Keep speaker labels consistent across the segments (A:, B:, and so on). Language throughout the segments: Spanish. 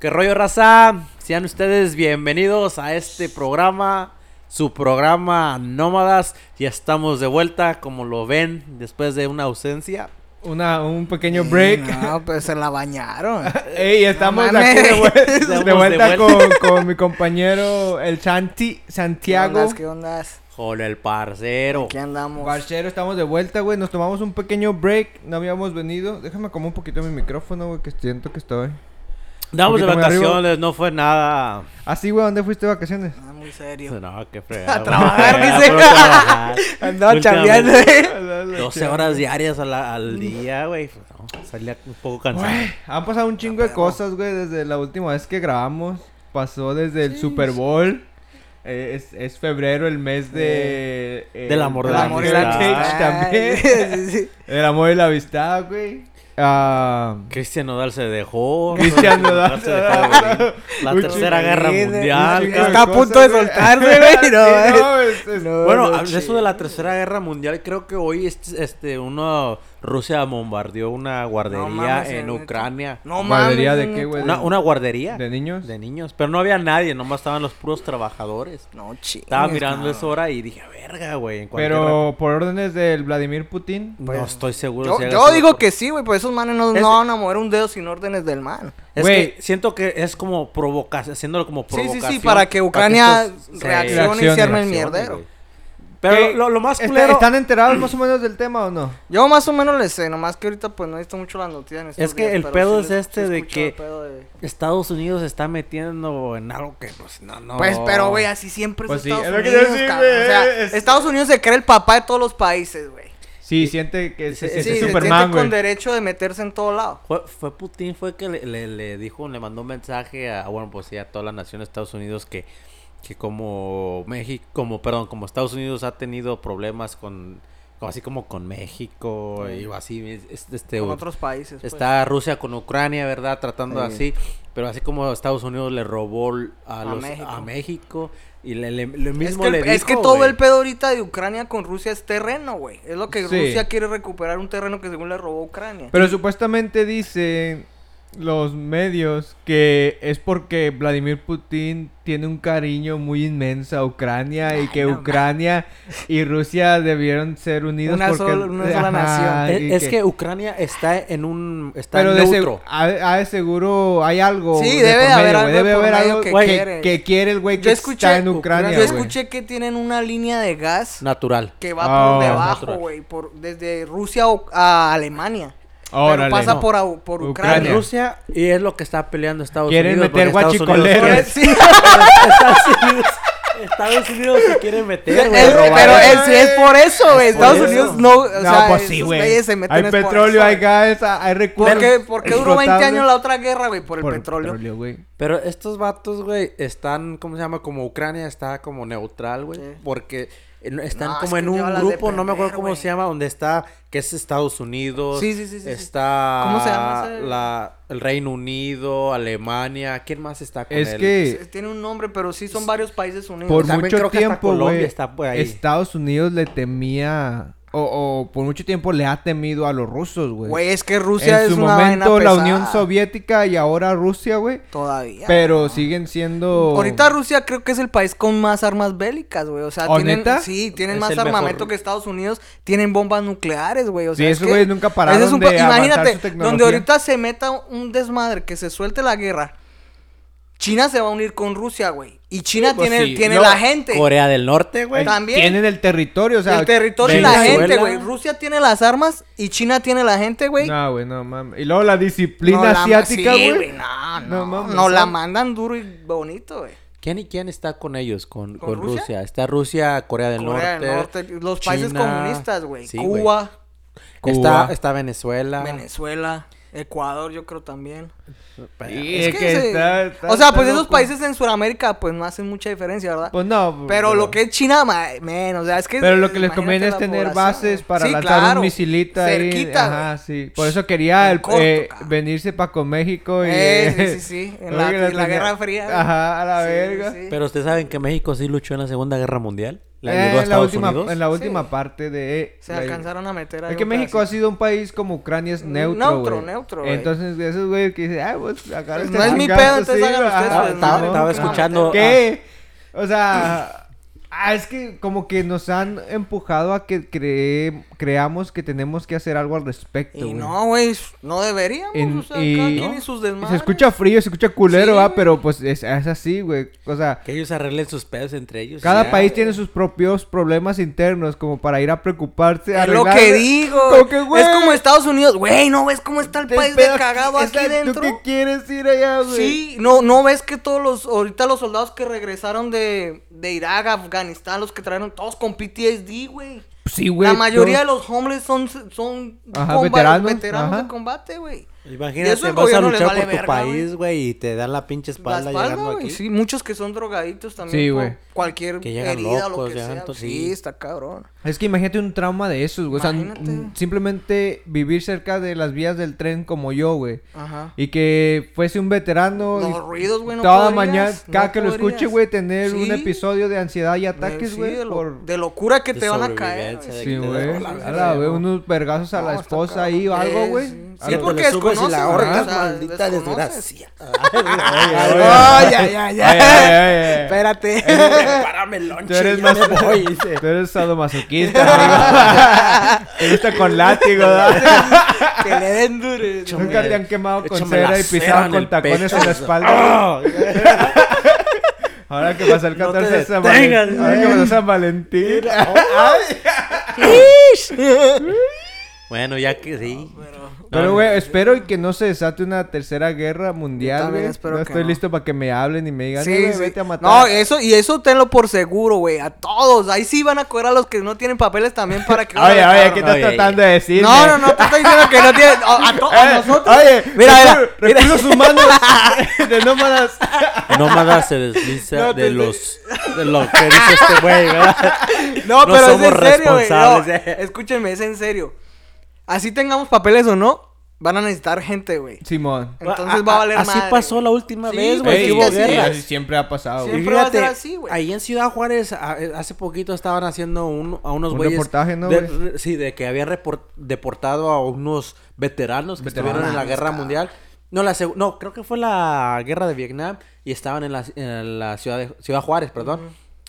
A: ¿Qué rollo, raza? Sean ustedes bienvenidos a este programa, su programa Nómadas. Ya estamos de vuelta, como lo ven, después de una ausencia.
B: Una, un pequeño break.
C: No, pues se la bañaron.
B: Ey, estamos
C: No
B: aquí
C: mames.
B: de, vuel- de
A: Estamos de
B: vuelta
A: vuelta.
B: con, con mi compañero, el Chanti
C: ¿Qué
B: Santiago.
C: ondas? ¿Qué ondas?
A: Con el parcero.
C: ¿Qué andamos?
B: Barchero, estamos de vuelta, güey. Nos tomamos un pequeño break. No habíamos venido. Déjame como un poquito mi micrófono, güey, que siento que estoy.
A: Damos de
B: Poquito más arriba.
A: vacaciones, no fue nada.
B: Ah, sí, güey, ¿dónde fuiste de vacaciones?
C: Ah, muy serio.
A: No, qué fregado.
C: A trabajar,
A: güey,
C: dice.
A: a trabajar.
C: Andaba
A: Últimamente,
C: chambeando, eh.
A: 12 horas diarias a la- al día, güey. Pues No, salía un poco cansado.
B: Güey, han pasado un chingo de cosas, güey, desde la última vez que grabamos. Pasó desde el Super Bowl. Eh, es, es febrero, el mes de... eh,
A: Del amor,
B: del
A: de la
B: amor y la
A: amistad.
B: amistad
C: Ay,
B: también.
C: sí, sí.
B: El amor y la amistad, güey. Ah,
A: Cristian Nodal se dejó.
B: Cristian Nodal.
A: se dejó, güey. La
B: Un
A: tercera
B: chingo
A: guerra
C: de-
A: mundial.
C: un
B: chingo de
A: cabrón.
C: Está a punto de
B: cosas,
C: soltarse, güey, no,
B: Sí,
C: eh.
B: no, es- es-
C: No,
A: Bueno,
C: no,
A: hab- de
C: sí.
A: eso de la tercera guerra mundial, creo que hoy este, este uno Rusia bombardeó una guardería
C: No mames,
A: en
C: neta.
A: Ucrania.
C: No
B: ¿Guardería
C: mames,
B: de qué, güey?
A: Una, una guardería
B: ¿De
A: de,
B: niños?
A: niños, pero no había nadie, nomás estaban los puros trabajadores.
C: No, chingues.
A: Estaba mirando
C: no.
A: eso ahora y dije, verga, güey. en cualquier rato".
B: Pero por órdenes del Vladimir Putin.
A: no estoy seguro.
C: pues, Yo,
A: si haya
C: yo
A: sido
C: digo
A: por-
C: que sí, güey, pues esos manes no,
A: Es-
C: no van a mover un dedo sin órdenes del man.
A: Es
B: Güey.
A: que siento que es como provocación, haciéndolo como
C: Sí, sí, sí,
A: provocación.
C: para que Ucrania
A: estos se-
C: reaccione
B: y se
C: arme el
A: reaccione,
C: mierdero.
A: güey. Pero
B: ¿Qué?
A: lo, lo más
B: ¿Está-
A: culero
B: ¿Están enterados más o menos del tema o no?
C: Yo más o menos le sé, nomás que ahorita pues no he visto mucho las noticias en estos
A: Es que
C: días,
A: el
C: pero
A: pedo
C: sí
A: es
C: les-
A: este
C: sí
A: de
C: escucho
A: que-
C: el pedo de-
A: Estados Unidos se está metiendo en algo que pues no, no.
C: Pues, pero, güey, así siempre es
B: Pues sí,
C: Estados
B: es lo que yo
C: Unidos,
B: sí,
C: cabrón. O sea,
B: güey, es-
C: Estados Unidos se cree el papá de todos los países, güey.
B: Sí, siente que
A: se- se-
B: se, siente
A: se siente
B: Superman,
C: con
B: güey.
C: derecho de meterse en todo lado.
A: Fue, fue Putin, fue que le, le- le dijo, le mandó un mensaje a, bueno, pues sí, a toda la nación de Estados Unidos que, que como México, como, perdón, como Estados Unidos ha tenido problemas con, como así como con México y así, es- es- este,
C: Con
A: u-
C: otros países. pues.
A: está Rusia con Ucrania, ¿verdad? Tratando así, pero así como Estados Unidos le robó l- a,
C: A
A: los-
C: México.
A: a México y le, le- le
C: Es
A: mismo
C: que, el-
A: le dijo,
C: es que todo
A: güey.
C: el pedo ahorita de Ucrania con Rusia es terreno, güey. Es lo que
B: Sí.
C: Rusia quiere recuperar un terreno que según le robó Ucrania.
B: Pero supuestamente dicen los medios que es porque Vladimir Putin tiene un cariño muy inmenso a Ucrania y que Ucrania y Rusia debieron ser unidos
C: Una
B: porque
C: sola- una sola nación.
B: y
A: Es, es que Ucrania está en un, está
B: pero de
A: neutro.
B: seguro, a, a de seguro hay algo
C: Sí,
B: de por
C: debe de haber
B: medio,
C: algo
B: güey.
C: de
B: debe
C: por
B: haber
C: medio
B: algo
C: que
B: que,
C: quiere.
B: que quiere el güey
C: Yo
B: que
C: escuché-
B: está en Ucrania,
C: Yo
B: güey.
C: escuché que tienen una línea de gas
A: Natural.
C: que va
B: Ah,
C: por debajo,
A: natural.
C: güey. por- Desde Rusia o- a Alemania.
B: Órale.
C: Pero pasa
B: No.
C: por, au- por
B: Ucrania.
C: Ucrania.
A: Rusia y es lo que está peleando Estados
B: Quieren
A: Unidos.
B: meter
A: porque Estados
B: guachicoleros.
A: Unidos-
C: Pues, sí.
A: Estados Unidos, Estados Unidos se quiere meter,
C: Él-
A: güey.
C: él-
A: robar.
C: Eh, pero él sí es por eso, güey.
A: por
C: Estados
A: eso.
C: Unidos no. O
B: No,
C: sea,
B: pues sí,
C: esos
B: güey.
C: güeyes se meten
B: Hay
C: es por
B: petróleo,
C: eso,
B: hay
C: güey.
B: gas, hay recursos.
C: ¿Por qué, por qué duró 20 años la otra guerra, güey? Por el petróleo.
B: güey.
A: Pero estos vatos, güey, están, ¿cómo se llama? Como Ucrania está como neutral, güey.
C: Sí.
A: Porque en- están
C: No, es
A: como
C: que
A: en
C: lleva
A: un
C: las de
A: grupo, no me acuerdo
C: perder,
A: cómo
C: güey.
A: se llama, donde está, que es Estados Unidos.
C: Sí, sí, sí, sí, sí.
A: Está
C: ¿Cómo se llama ese?
A: la- el Reino Unido, Alemania. ¿Quién más está con
B: Es
A: él?
B: que
C: Tiene un nombre, pero sí son varios países unidos.
B: por
A: También
B: mucho
A: creo que hasta
B: tiempo,
A: Colombia
B: güey,
A: está
C: pues,
A: por ahí.
B: Estados Unidos le temía o, o por mucho tiempo le ha temido a los rusos, güey.
C: Güey, es que Rusia
B: en
C: es
B: su
C: una vaina
B: momento la
C: pesada.
B: Unión Soviética y ahora Rusia, güey.
C: Todavía.
B: Pero siguen siendo
C: Ahorita Rusia creo que es el país con más armas bélicas, güey. O sea,
B: ¿Oh,
C: tienen,
B: neta?
C: sí, tienen
A: Es
C: más
A: el mejor.
C: armamento que Estados Unidos, tienen bombas nucleares, güey. O sea,
B: Sí,
C: es
B: esos
C: que
B: güeyes nunca pararon
C: ese es un
B: de
C: pa-
B: avanzar su
C: Imagínate,
B: tecnología.
C: donde ahorita se meta un desmadre, que se suelte la guerra. China se va a unir con Rusia, güey. Y China
B: pues
C: tiene,
B: sí.
C: tiene
B: No,
C: la gente.
A: Corea del Norte, güey.
B: Ay,
C: también.
B: tienen el territorio, o sea,
C: el territorio y la
A: Venezuela.
C: gente, güey. Rusia tiene las armas y China tiene la gente, güey.
B: No, güey, no mames. Y luego la disciplina
C: No la-
B: asiática,
C: sí,
B: güey.
C: no, no.
B: No mames,
C: Nos la
B: ¿sabes?
C: mandan duro y bonito, güey.
A: ¿Quién y quién está con ellos? Con,
C: ¿Con
A: con
C: Rusia?
A: Rusia? Está Rusia, Corea del
C: Corea del
A: Norte.
C: Norte, los países
A: China.
C: comunistas, güey.
A: Sí, güey.
C: Cuba,
A: Está,
B: Cuba.
A: está Venezuela.
C: Venezuela, Ecuador, yo creo también.
B: Sí,
C: Es
B: es
C: que
B: que
C: se-
B: está- está-
C: o sea,
B: está
C: pues esos
B: loco.
C: países en Sudamérica, pues no hacen mucha diferencia, ¿verdad?
B: Pues no,
C: pero lo que es China, ma- men, o sea, es que...
B: Pero lo que les
C: imagínate
B: conviene es
C: la
B: tener
C: población,
B: bases
C: güey.
B: para
C: Sí,
B: lanzar
C: claro,
B: un misilita
C: cerquita,
B: ahí. Ajá,
C: güey.
B: sí. Por eso quería
C: en
B: el-
C: corto,
B: eh,
C: cabrón.
B: venirse para con México y...
C: Eh, sí, sí, sí, en la-
B: Oiga,
C: en la
B: tenía-
C: Guerra Fría, güey.
B: Ajá, a la
C: Sí,
B: verga.
C: sí.
A: Pero ustedes saben que México sí luchó en la Segunda Guerra Mundial. Le
B: Eh,
A: ayudó a
B: en, la
A: Estados
B: última,
A: Unidos.
B: en la última
C: Sí.
B: parte de...
C: Se
B: la-
C: alcanzaron a meter
B: Es
C: algo
B: que México ha
C: así.
B: sido un país como Ucrania es neutro,
C: Neutro,
B: güey.
C: neutro, güey.
B: Entonces, esos güey que dicen, ah, pues, acá
C: No es mi pedo, entonces hagan ustedes,
A: Estaba-
C: pues,
A: estaba-
C: madre,
A: estaba
C: no,
A: escuchando-
B: ¿Qué? O sea, ah, es que como que nos han empujado a que cree- creamos que tenemos que hacer algo al respecto,
C: Y
B: güey.
C: no, güey, no deberíamos.
B: En-
C: o sea,
B: y-
C: cada
B: ¿no?
C: quien y sus
B: Y
C: desmadres.
B: Se escucha frío, se escucha culero,
C: Sí,
B: ah,
C: güey.
B: pero pues es, es así, güey. O sea,
A: Que ellos arreglen sus pedos entre
C: Pues
A: ellos. y
B: cada
A: ya,
B: país
A: güey.
B: tiene sus propios problemas internos como para ir a preocuparse.
C: Es lo
B: arreglar-
C: que digo.
B: Como que, güey,
C: es como Estados Unidos. Güey, ¿no ves cómo está el
B: te
C: país de
B: esperas-
C: cagado aquí
B: Exacto,
C: dentro?
B: ¿Tú qué quieres ir allá, güey?
C: Sí, no, no ves que todos los, ahorita los soldados que regresaron de, de Irak, Afganistán, los que trajeron todos con PTSD, güey.
B: Sí, güey.
C: La mayoría de
B: todo-
C: los hombres son, son
B: Ajá,
C: comba-
B: veteranos,
C: veteranos
B: ajá.
C: de combate, güey. Y eso
A: Imagínate,
C: el
A: vas a
C: gobierno les
A: luchar
C: vale
A: por tu
C: verga,
A: país, güey, y te dan la pinche
C: La
A: espalda,
C: espalda,
A: llegando
C: güey,
A: aquí.
C: Sí, muchos que son drogaditos también.
B: Sí,
C: por
B: güey.
C: Cualquier
A: Que llegan
C: herida o
A: locos,
C: lo que
A: llegan
C: sea.
A: to-
C: Sí,
A: sí.
C: está cabrón.
B: Es que imagínate un trauma de esos, güey. O sea,
C: Imagínate.
B: n- simplemente vivir cerca de las vías del tren como yo, güey.
C: Ajá.
B: Y que fuese un veterano. y
C: Los ruidos, güey, no
B: toda
C: podrías,
B: mañana,
C: no
B: cada que lo escuche,
C: podrías.
B: güey, tener un
C: Sí.
B: episodio de ansiedad y ataques,
C: Sí,
B: güey.
C: de, lo-
B: por...
C: de locura que
A: De
C: te van a caer.
A: sobrevivencia, de
C: güey.
A: que
B: Sí,
A: te
B: güey.
A: da la
B: A la
A: verga,
B: vez,
A: ¿no?
B: unos vergazos a
C: No,
B: la
C: está
B: esposa
C: cabrón.
B: ahí o algo,
C: Sí,
B: güey.
C: sí.
B: A
A: Sí,
B: la-
C: porque
A: te le subes y
C: desconoces,
A: la
C: güey,
A: ahorcas,
C: o sea,
A: maldita
C: desconoces.
A: desgracia. Ay, ay, ay,
C: Ay,
B: Ay,
C: ay, ay, ay.
B: ay, ay, ay.
C: Espérate.
A: Prepárame el
B: Tú
A: lonche,
B: eres
A: ya
B: más
A: me voy, dice.
B: Tú eres sadomasoquista, amigo. Te gusta con látigo, ¿verdad?
C: que le den duro.
B: Nunca te han quemado con
A: Échame la
B: cera y
A: cera
B: pisado
A: en
B: con
A: el
B: tacones
A: pecho.
B: en la espalda. Ahora que pasó el
A: No te
B: 14 de San
A: detengas,
B: Valentín. Ahora que pasó San Valentín.
A: Bueno, ya que sí.
B: Pero, güey, espero y que no se desate una tercera guerra mundial,
C: Yo también
B: güey.
C: espero
B: No
C: que
B: estoy
C: no.
B: listo para que me hablen y me digan, "Eh,
C: Sí,
B: güey,
C: sí.
B: vete a matar.
C: No, eso, y eso tenlo por seguro, güey. A todos. Ahí sí van a coger a los que no tienen papeles también para que.
B: Oye, oye, ¿qué estás
A: Oye,
B: tratando de decir?
C: No, no, no, te estoy diciendo que no tienen. A, a to- a
B: Eh,
C: nosotros.
B: Oye,
C: mira, mira,
B: recur- recursos humanos de nómadas.
A: Nómada se desliza
B: No,
A: de
B: te-
A: los de lo que dice este güey, ¿verdad?
C: No,
A: No
C: pero es
A: somos
C: en serio, güey. No,
A: responsables, eh.
C: escúchenme, es en serio. Así tengamos papeles o no, van a necesitar gente, güey.
B: Simón.
C: Entonces va a valer
A: Así
C: madre.
A: pasó la última
C: Sí,
A: vez,
C: güey,
A: güey,
C: sí,
A: que hubo
C: sí,
A: guerra.
C: sí.
B: siempre ha pasado.
C: Siempre
A: Y
C: va a
A: fíjate,
C: ser así, güey.
A: Ahí en Ciudad Juárez, a- eh, hace poquito estaban haciendo un, a unos
B: Un
A: güeyes.
B: reportaje, ¿no,
A: de-
B: güey?
A: re- sí, de que había repor- deportado a unos veteranos que
B: Veteranos,
A: estuvieron en la guerra
C: cabrón.
A: mundial. No, la seg- no, creo que fue la guerra de Vietnam y estaban en la, en la ciudad, de, ciudad Juárez, perdón.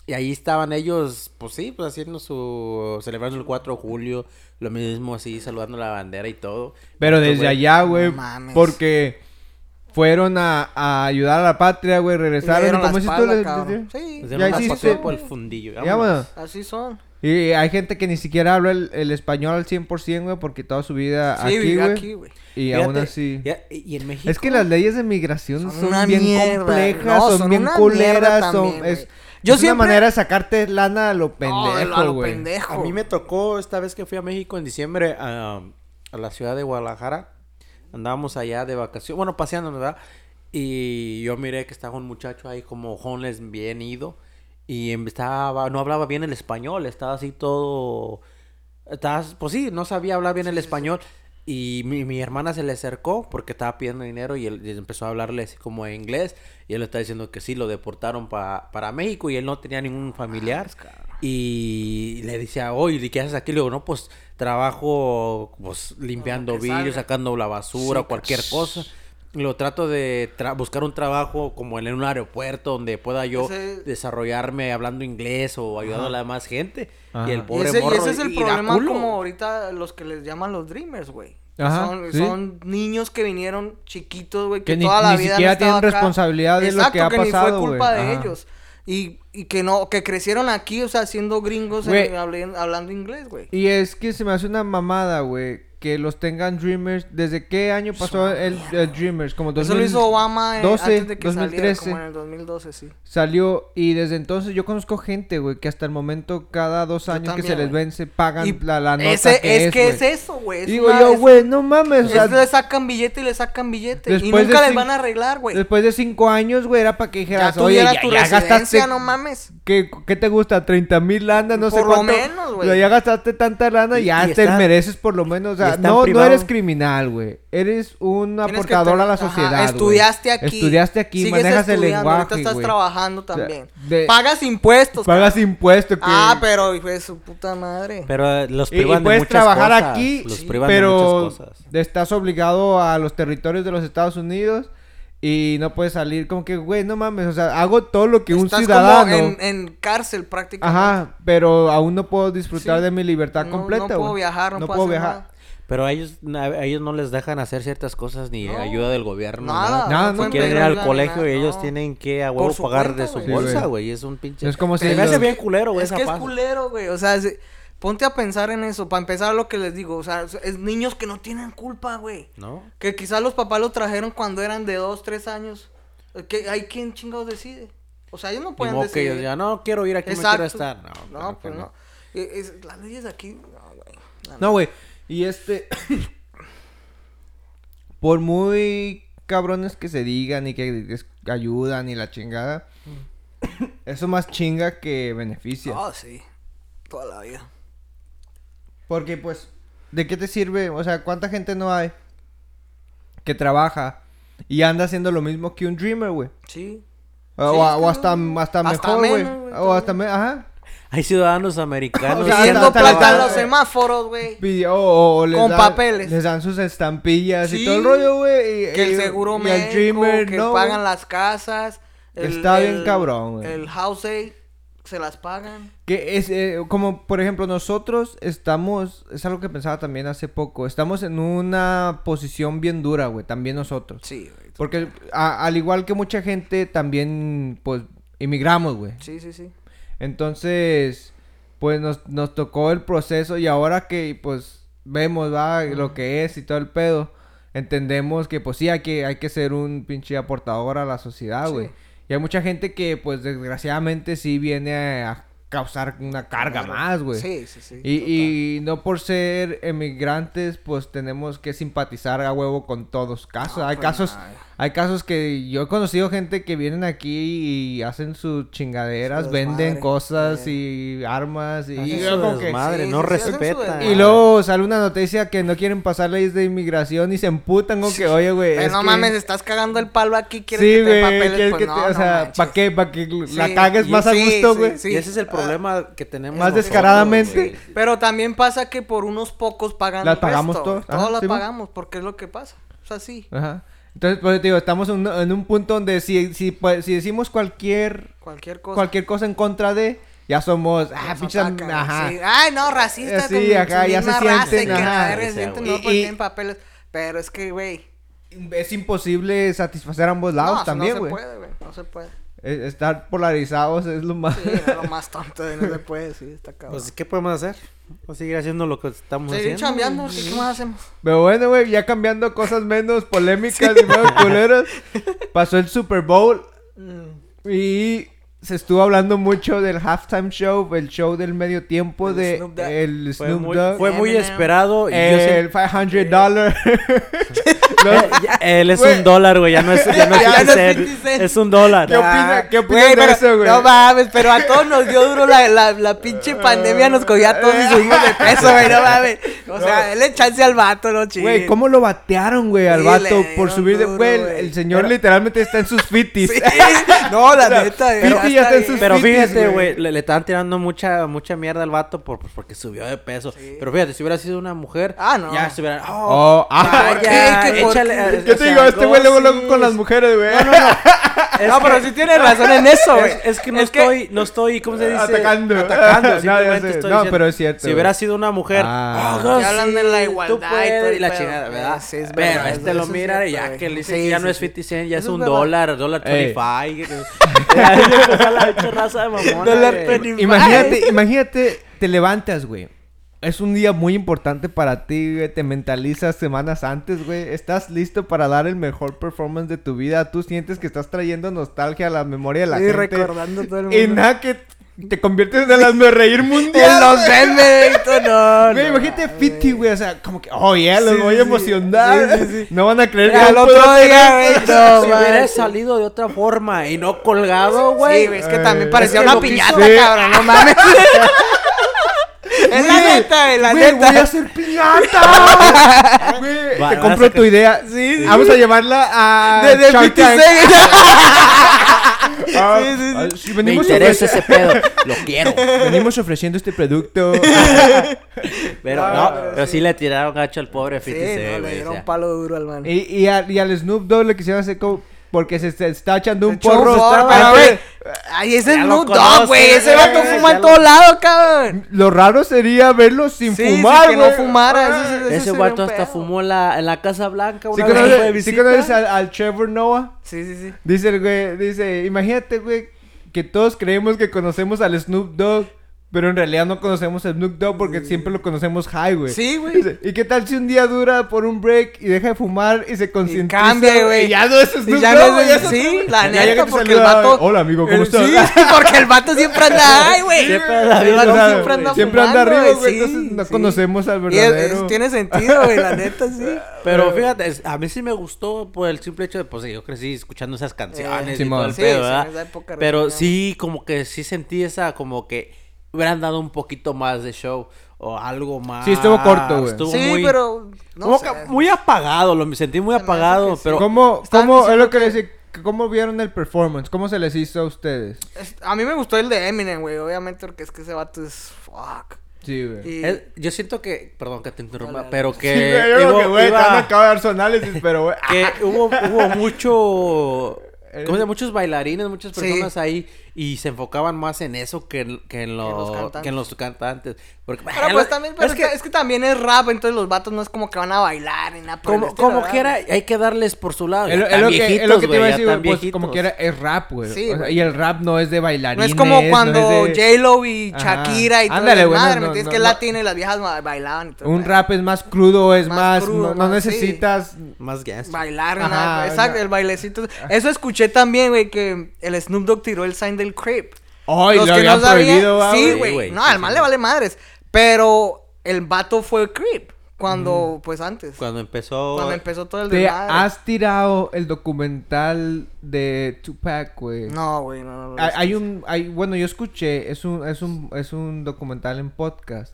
A: Y ahí estaban ellos, pues sí, pues haciendo su. celebrando el 4 de julio, lo mismo así, saludando la bandera y todo.
B: Pero
A: Entonces,
B: desde
A: güey,
B: allá, güey,
C: No mames.
B: porque fueron a, a ayudar a la patria, güey,
C: Y le
B: regresaron.
C: dieron
B: ¿Cómo
C: la
B: hiciste tú?
C: espalda,
B: le-
C: cabrón.
B: le-
C: Sí,
A: Les Pues
B: Ya
A: dieron un
B: hiciste.
A: paseo por el fundillo.
B: Ya,
A: vámonos.
B: bueno.
C: así son.
B: Y hay gente que ni siquiera habla el, el español al 100%, güey, porque toda su vida
C: Sí,
B: aquí,
C: vive
B: güey.
C: aquí, güey.
B: Y
A: Fíjate,
B: aún así.
A: ya- y y en México.
B: Es que las leyes de migración
C: Son
B: son,
C: una
B: bien
C: mierda.
B: complejas,
C: No,
B: son,
C: son
B: bien
C: una mierda
B: culeras, son...
C: también,
B: Es,
C: güey. Yo
B: es
C: siempre-
B: una manera de sacarte lana a lo
C: Oh, a
B: pendejo,
C: lo
B: güey.
C: pendejo.
A: A mí me tocó esta vez que fui a México en diciembre a, a la ciudad de Guadalajara. Andábamos allá de vacaciones, bueno, paseando, ¿verdad? Y yo miré que estaba un muchacho ahí como homeless bien ido y em- estaba no hablaba bien el español, estaba así todo estaba, pues sí, no sabía hablar bien el español. Y mi, mi hermana se le acercó porque estaba pidiendo dinero y él y empezó a hablarle así como en inglés. Y él le está diciendo que sí, lo deportaron pa- para México y él no tenía ningún familiar. y le decía, oye, ¿y qué haces aquí? Le digo, no, pues trabajo pues limpiando
C: que
A: vidrios,
C: salga.
A: sacando la basura, cualquier cosa. Lo trato de tra- buscar un trabajo como en un aeropuerto donde pueda yo
C: Ese-
A: desarrollarme hablando inglés o ayudando a la más gente.
B: Ajá.
A: Y el
B: Y
A: pobre
C: y ese, y
A: morro
C: ese es el
A: iraculo.
C: problema como ahorita los que les llaman los dreamers, güey.
B: Ajá,
C: son,
B: sí.
C: son niños que vinieron chiquitos, güey, que,
B: Que ni-
C: toda la
B: ni
C: vida han
B: siquiera
C: estado
B: tienen
C: acá.
B: responsabilidad de lo
C: Exacto,
B: que ha pasado,
C: ni fue
B: güey.
C: culpa de
B: Ajá.
C: ellos. Y, y que no, que crecieron aquí, o sea, siendo gringos en-
B: Güey.
C: hablen- hablando inglés, güey.
B: Y es que se me hace una mamada, güey, que los tengan Dreamers. ¿Desde qué año pasó el, el Dreamers? Como
C: Eso lo hizo Obama eh,
B: 2012,
C: antes de que
B: 2013.
C: saliera, como en el 2012, sí.
B: Salió y desde entonces yo conozco gente, güey, que hasta el momento cada dos
C: Yo
B: años que
C: también,
B: se les
C: güey.
B: vence pagan
C: Y
B: la, la nota
C: ese,
B: que es,
C: es que
B: güey.
C: es eso, güey. es
B: Digo
C: una-
B: yo,
C: es-
B: güey, no mames. o sea,
C: es le sacan billete y le sacan billete. Y
B: Después de
C: nunca les
B: cin-
C: van a arreglar, güey.
B: después de cinco años, güey, era para que
C: Ya
B: dijeras, oye,
C: tuviera
B: ya,
C: tu
B: ya gastaste...
C: residencia, no mames.
B: ¿Qué, qué te gusta? ¿30 mil lana? No sé
C: Por lo
B: cuánto.
C: menos, güey.
B: O sea, ya gastaste tanta lana,
A: Y-
B: ya
A: y
B: te
A: está-
B: mereces por lo menos. O sea, sea,
D: Están
B: no, no
D: privados.
B: eres criminal, güey. Eres un
C: Tienes que
B: aportador a la
C: tener- ajá,
B: sociedad, güey.
C: Estudiaste aquí.
B: Estudiaste aquí,
C: sigues
B: manejas el
C: estudiando,
B: lenguaje,
C: Ahorita estás
B: güey.
C: trabajando
B: sea,
C: también.
B: de-
C: Pagas impuestos.
B: Pagas impuestos. que-
C: Ah, pero hijo de su puta madre.
A: Pero eh, los
B: Y, y
A: privan de
B: puedes
A: muchas
B: trabajar
A: cosas,
B: aquí,
A: los
B: sí,
A: privan de
B: pero
A: muchas cosas.
B: estás obligado a los territorios de los Estados Unidos y no puedes salir. Como que, güey, no mames, o sea, hago todo lo que un
C: Estás
B: ciudadano.
C: como en, en cárcel prácticamente.
B: Ajá, pero aún no puedo disfrutar
C: Sí.
B: de mi libertad
C: No-
B: completa,
C: No puedo
B: güey.
C: viajar, no, puedo, hacer nada.
A: Pero a ellos, na- a ellos no les dejan hacer ciertas cosas ni
C: No.
A: ayuda del gobierno.
C: Nada,
A: Nada.
B: Nada,
A: Si
B: no.
C: pueden
A: quieren ir
C: pedir
A: al
C: ayuda ni
A: colegio
C: nada,
A: ellos
C: no.
A: tienen que a
C: Por
A: huevo
C: su
A: pagar
C: cuenta,
A: de su
C: güey.
A: bolsa,
B: Sí, güey.
A: güey. Es un pinche.
B: No es como si
A: Se me hace
B: los-
A: bien culero, güey.
C: Es
A: esa
C: que es
A: paz.
C: culero, güey. O sea, se- ponte a pensar en eso. Para empezar lo que les digo. O sea, es niños que no tienen culpa, güey.
A: ¿No?
C: Que quizás los papás los trajeron cuando eran de dos, tres años. Eh, Que hay quien chingados decide. O sea, ellos no
A: Ni
C: pueden
A: modo que
C: decidir.
A: ellos ya no quiero ir aquí, no
C: Exacto.
A: quiero estar. No,
C: No,
A: claro que
C: pues no. Eh, es- las leyes de aquí, no, güey. La
B: No, güey. Y este. Por muy cabrones que se digan y que des- ayudan y la chingada. Eso más chinga que beneficia.
C: Ah, sí. Toda la vida.
B: Porque, pues, ¿de qué te sirve? O sea, ¿cuánta gente no hay que trabaja y anda haciendo lo mismo que un dreamer, güey?
C: Sí.
B: O,
C: Sí,
B: o
C: es que
B: hasta,
C: no.
B: hasta
C: Hasta
B: mejor, güey.
C: menos, güey,
B: O hasta
C: todavía.
B: menos, ajá.
A: Hay ciudadanos americanos.
B: O sea,
A: que
C: Pidiendo
A: andan
B: hasta la-
C: plata en
A: trabajando.
C: los Pues semáforos, güey.
B: Y- O, o- o les
C: Con
B: dan-
C: papeles.
B: Les dan sus estampillas y
C: Sí.
B: todo el rollo, güey. y-
C: Que
B: y-
C: el seguro
B: y
C: médico, que
B: no,
C: pagan
B: güey.
C: las casas. el-
B: Está bien
C: el-
B: cabrón, güey.
C: El house aid, se las pagan.
B: Que es eh, como, por ejemplo, nosotros estamos, es algo que pensaba también hace poco, estamos en una posición bien dura, güey, también nosotros.
C: Sí, güey.
B: Porque a- al igual que mucha gente, también, pues, inmigramos, güey.
C: Sí, sí, sí.
B: Entonces, pues nos, nos tocó el proceso y ahora que, pues, vemos, va, lo que es y todo el pedo, entendemos que, pues, sí, hay que, hay que ser un pinche aportador a la sociedad, güey. Y hay mucha gente que, pues, desgraciadamente sí viene a causar una carga más, güey.
C: Sí, sí, sí.
B: Y, y no por ser emigrantes, pues tenemos que simpatizar a huevo con todos casos.
C: No,
B: hay
C: pues,
B: casos,
C: nada.
B: hay casos que yo he conocido gente que vienen aquí y hacen sus chingaderas,
C: Su
B: venden
C: desmadre,
B: cosas y armas y,
A: Hacen
B: y
A: su
B: yo como que-
A: desmadre,
C: Sí,
A: no
C: sí, sí, hacen su
A: respetan.
C: desmadre.
B: y luego sale una noticia que no quieren pasar leyes de inmigración y se emputan con que, oye, güey.
C: Pero
B: es
C: no
B: que-
C: mames, estás cagando el palo aquí, quieres
B: Sí,
C: que te dé
B: güey,
C: papeles,
B: quieres
C: pues
B: que
C: no,
B: te- o
C: no
B: sea,
C: manches.
B: ¿para qué? ¿Para que la
C: Sí,
B: cagues
C: y-
B: más a
C: sí,
B: gusto,
C: sí,
B: güey?
C: sí.
A: Y ese es el problema que tenemos.
B: Más
A: nosotros,
B: descaradamente.
A: güey.
C: Pero también pasa que por unos pocos pagan
B: Las
C: el
B: pagamos
C: resto,
B: todos, ajá,
C: güey. Todos las
B: sí, güey.
C: pagamos, porque es lo que pasa. O sea, sí.
B: Ajá. Entonces, pues te digo, estamos en un, en un punto donde si, si, pues, si decimos cualquier
C: Cualquier cosa.
B: cualquier cosa en contra de, ya somos, ah,
C: Nos
B: pinche,
C: atacan,
B: ajá.
C: sí. Ay, no, racista
B: Sí,
C: con su
B: acá ya
C: misma
B: se
C: raza
B: sienten,
C: y que la
B: ajá.
C: verga se
A: Sí,
C: sienten,
A: güey.
C: no, pues
B: Y-
C: tienen papeles. Pero es que, güey.
B: Es imposible satisfacer ambos
C: No,
B: lados
C: eso
B: también,
C: no se
B: güey.
C: puede, güey. No se puede.
B: Eh, Estar polarizados es lo más.
C: Sí, era lo más tonto de no se puede, sí, está cabrón.
A: Pues, ¿qué podemos hacer? Vamos a seguir haciendo lo que estamos
C: Seguir
A: haciendo.
C: chambeando, porque ¿qué más hacemos?
B: Pero bueno, güey, ya cambiando cosas menos polémicas y menos culeras, pasó el Super Bowl
C: Mm.
B: y se estuvo hablando mucho del halftime show, el show del medio tiempo
C: El
B: de
C: Snoop Dogg.
B: el
A: Fue
B: Snoop
A: muy,
B: Dogg.
A: fue muy
C: Eminem.
A: esperado. y yo
B: Pues, El
A: siempre-
B: 500 dollar.
A: Eh, ya- él es
B: Güey.
A: un dólar, güey. Ya no es, ya no es,
C: Ya no es
A: 50 cent,
C: 50 cent.
A: Es un dólar. Ah,
B: ¿Qué opina- qué opinas de
C: Ah, pero-
B: eso, güey? Ah,
C: No mames, pero a todos nos dio duro la, la, la pinche pandemia, nos cogió a todos
B: eh.
C: y subimos de peso, güey, no mames. O sea, le chance al vato, no chingue.
B: Güey, ¿cómo lo batearon, güey, al
C: Sí, le
B: vato por
C: dieron
B: subir de...
C: duro,
B: Güey,
C: güey.
B: el señor literalmente está en sus fitis.
C: Sí, No, la neta, güey,
B: Fifty ya está en
C: bien.
B: sus
A: Pero
B: fitis,
A: fíjate,
B: güey.
A: güey, le, le estaban tirando mucha mucha mierda al vato por, pues, porque subió de peso. Pero fíjate, si hubiera sido una mujer,
C: Ah, no.
A: ya estuviera. Oh,
B: Oh, ah,
A: ¿por qué?
C: ¿Qué? ¿Por
A: Échale,
C: qué?
A: eh,
B: Yo
A: o
B: te
A: sea,
B: digo, este güey luego luego
A: goces.
B: con las mujeres, güey.
C: No, pero sí tiene razón en eso, güey.
A: Es, es que no estoy, no estoy, ¿cómo se dice?
B: Ah, Atacando.
A: Atacando,
B: No, ya
A: simplemente
B: sé.
A: estoy
B: No,
A: diciendo,
B: pero es cierto,
A: Si hubiera
B: güey.
A: sido una mujer,
B: Ah.
A: "Oh,
C: Ya hablan de la
A: sí,
C: igualdad
A: tú
C: y
A: puedes",
C: todo el
A: y la
C: pedo.
A: chingada, ¿verdad?
C: Sí, es
A: pero
C: verdad,
A: este
C: eso
A: lo
C: sí es
A: mira y
C: cierto,
A: ya que
C: güey.
A: le dice
C: Sí,
A: que ya
C: sí,
A: no es
C: sí.
A: 50 cent, ya es
C: Eso
A: un
C: es verdad.
A: dólar, dólar
B: Ey.
A: 25. que- Ya empezó la pinche raza de mamona,
C: Dólar
A: güey.
C: 25.
B: Imagínate, imagínate, te levantas, güey. Es un día muy importante para ti, güey. Te mentalizas semanas antes, güey. Estás listo para dar el mejor performance de tu vida. Tú sientes que estás trayendo nostalgia a la memoria de la
C: Sí,
B: gente.
C: recordando todo el
B: Y
C: mundo.
B: nada que te conviertes en el hazme reír mundial.
C: En los memes, tú no.
B: Güey,
C: no.
B: imagínate 50, güey, o sea, como que, oh, yeah, los
C: Sí,
B: voy a
C: sí,
B: emocionar.
C: sí, sí, sí.
B: No van a creer que
C: Al
B: yo
C: otro
B: puedo
C: día,
B: hacer
C: güey,
B: esto.
C: no,
A: Si hubiera
C: man.
A: salido de otra forma y no colgado,
C: Sí,
A: güey.
C: güey, es que también
B: Eh,
A: es
C: parecía
A: que
C: una
A: lo que
C: piñata,
B: hizo-
C: cabrón, no mames. Es la
B: Güey,
C: neta, güey, la
B: güey,
C: neta.
B: voy a hacer piñata. Güey,
A: Va-
B: te
A: vas
B: compro
A: a
B: tu idea.
C: Sí, sí.
B: Vamos a llevarla a
C: De, de
B: Shark Tank.
C: 26.
B: Ah,
C: sí, sí.
B: ah, sí,
A: Me
B: venimos,
A: interesa
B: ofreciendo,
A: ese pedo. Lo quiero.
B: venimos ofreciendo este producto.
A: Pero
C: Ah,
A: no,
C: pero
A: pero
C: sí.
A: sí. le tiraron gacho al pobre
C: Sí,
A: 50
C: no,
A: Cent,
C: le
A: güey. o
C: dieron
A: sea.
C: palo duro al man.
B: y, y, al- y al Snoop Dogg le quisieron hacer como... Porque se, se está echando un
C: Echó un
B: porro.
C: porro,
B: Pero,
C: güey.
B: güey,
C: Ay, ese
A: Ya
C: es
A: lo
C: Snoop
A: conoce,
C: Dogg, güey. Ese
A: güey,
C: vato
A: ya
C: fuma
A: lo-
C: en todos lados, cabrón.
B: Lo raro sería verlo sin
C: Sí, sin
B: fumar,
C: que no
B: güey.
C: fumara,
B: Ah.
C: eso sí-
A: Ese
C: sería
A: vato
C: un
A: hasta
C: pedo.
A: fumó en la, en la Casa Blanca
B: ¿Sí
A: una vez que fue de
B: conoces, sí
A: visita.
B: conoces al, al Trevor Noah?
C: Sí, sí, sí.
B: Dice el güey, dice, imagínate, güey, que todos creemos que conocemos al Snoop Dogg, pero en realidad no conocemos al Snoop Dogg porque siempre lo conocemos high, güey.
C: Sí, güey.
B: Dice, ¿Y qué tal si un día dura por un break y deja de fumar y se concientiza?
C: cambia, güey.
B: Y ya no es
C: Y
B: Snoop
C: ya
B: Dogg,
C: no es-
B: güey, ya es
C: sí,
B: otro-
C: la
B: Ya
C: neta,
B: llega y te
C: porque el
B: saluda,
C: vato-
B: Hola, amigo, ¿cómo
C: El-
B: estás?
C: Sí, porque el vato siempre anda, ay, güey.
A: Siempre anda
C: el
A: bien
C: vato
A: loco,
C: siempre
A: güey.
C: anda
B: Siempre anda
C: fumando,
B: arriba,
C: güey,
B: güey, entonces no
C: sí.
B: conocemos al
C: Y es-
B: verdadero.
C: es- tiene sentido, güey, la neta, sí.
A: Pero fíjate, es- a mí sí me gustó por el simple hecho de, pues yo crecí escuchando esas canciones y
B: Simón.
A: todo el
C: Eh, Sí,
A: pedo,
C: sí, en
A: ¿verdad?
C: esa época
A: Pero
C: reina.
A: sí, como que sí sentí esa, como que hubieran dado un poquito más de show o algo más.
B: Sí, estuvo corto, güey.
A: Estuvo
C: Sí,
A: muy-
C: pero. No
A: como
C: sé.
A: que muy apagado, lo me sentí muy
C: Se me hace
A: apagado,
C: que sí.
A: pero
B: ¿Cómo,
C: Estaban
B: cómo, es
C: diciendo
B: lo que les dice, ¿cómo vieron el performance? ¿Cómo se les hizo a ustedes?
C: Es- A mí me gustó el de Eminem, güey, obviamente, porque es que ese vato es. Fuck.
B: Sí, güey.
C: Y-
A: es- yo siento que, perdón que te interrumpa,
C: Dale, dale.
A: pero
B: Sí,
A: que,
B: güey, yo creo
A: hubo-
B: que, güey, te
A: iba-
B: van a acabar sonales, pero, güey.
A: que hubo, hubo mucho,
B: Eh.
A: ¿cómo se llama? muchos bailarines, muchas
C: Sí.
A: personas ahí y se enfocaban más en eso que en, que en, lo-
C: los cantantes.
A: que en los cantantes. Porque,
C: Pero
A: eh,
C: pues
A: lo-
C: también, pero es, que, es que también es rap, entonces los vatos no es como que van a bailar ni nada. por el
A: como,
C: estilo,
A: como
C: ¿verdad?
A: quiera, hay que darles por su lado.
B: Es
A: ya
B: lo, es
A: están
B: lo que, es lo
A: viejitos,
B: que te
A: güey,
B: iba a
A: ya
B: decir,
A: están
B: güey, pues, como
A: viejitos.
B: que era, es rap, güey.
C: Sí,
B: O sea,
C: güey.
B: y el rap no es de
C: No
B: bailarines.
C: es como cuando
B: no es de-
C: J-Lo y
B: Ajá.
C: Shakira y todo
B: Ándale,
C: el
B: güey, no,
C: desmadre, ¿me
B: no,
C: entiendes?
B: no,
C: que es
B: no.
C: latina y las viejas ba- bailaban. y todo,
B: Un
C: ¿verdad?
B: rap es más crudo, es
C: Más
B: más... no,
C: crudo,
B: no
C: más- sí.
B: necesitas...
A: Más gas.
C: Bailar,
B: Ajá,
C: nada, exacto,
B: no.
C: el bailecito. Eso escuché también, güey, que el Snoop Dogg tiró el sign del creep.
B: Ay,
C: Los
B: lo
C: que no
B: habían
C: sabían,
B: prohibido, ah, va,
C: sí,
A: güey. Sí,
C: güey.
A: güey,
C: No,
A: sí,
C: al
A: sí,
C: mal le
A: güey.
C: vale madres. Pero el vato fue creep cuando, pues antes. Cuando,
A: Cuando empezó.
C: empezó todo el
B: Te
C: desmadre.
B: has tirado el documental de Tupac, güey.
C: No, güey, no, no, no.
B: Hay, hay un, hay, bueno, yo escuché, es un, es un, es un documental en podcast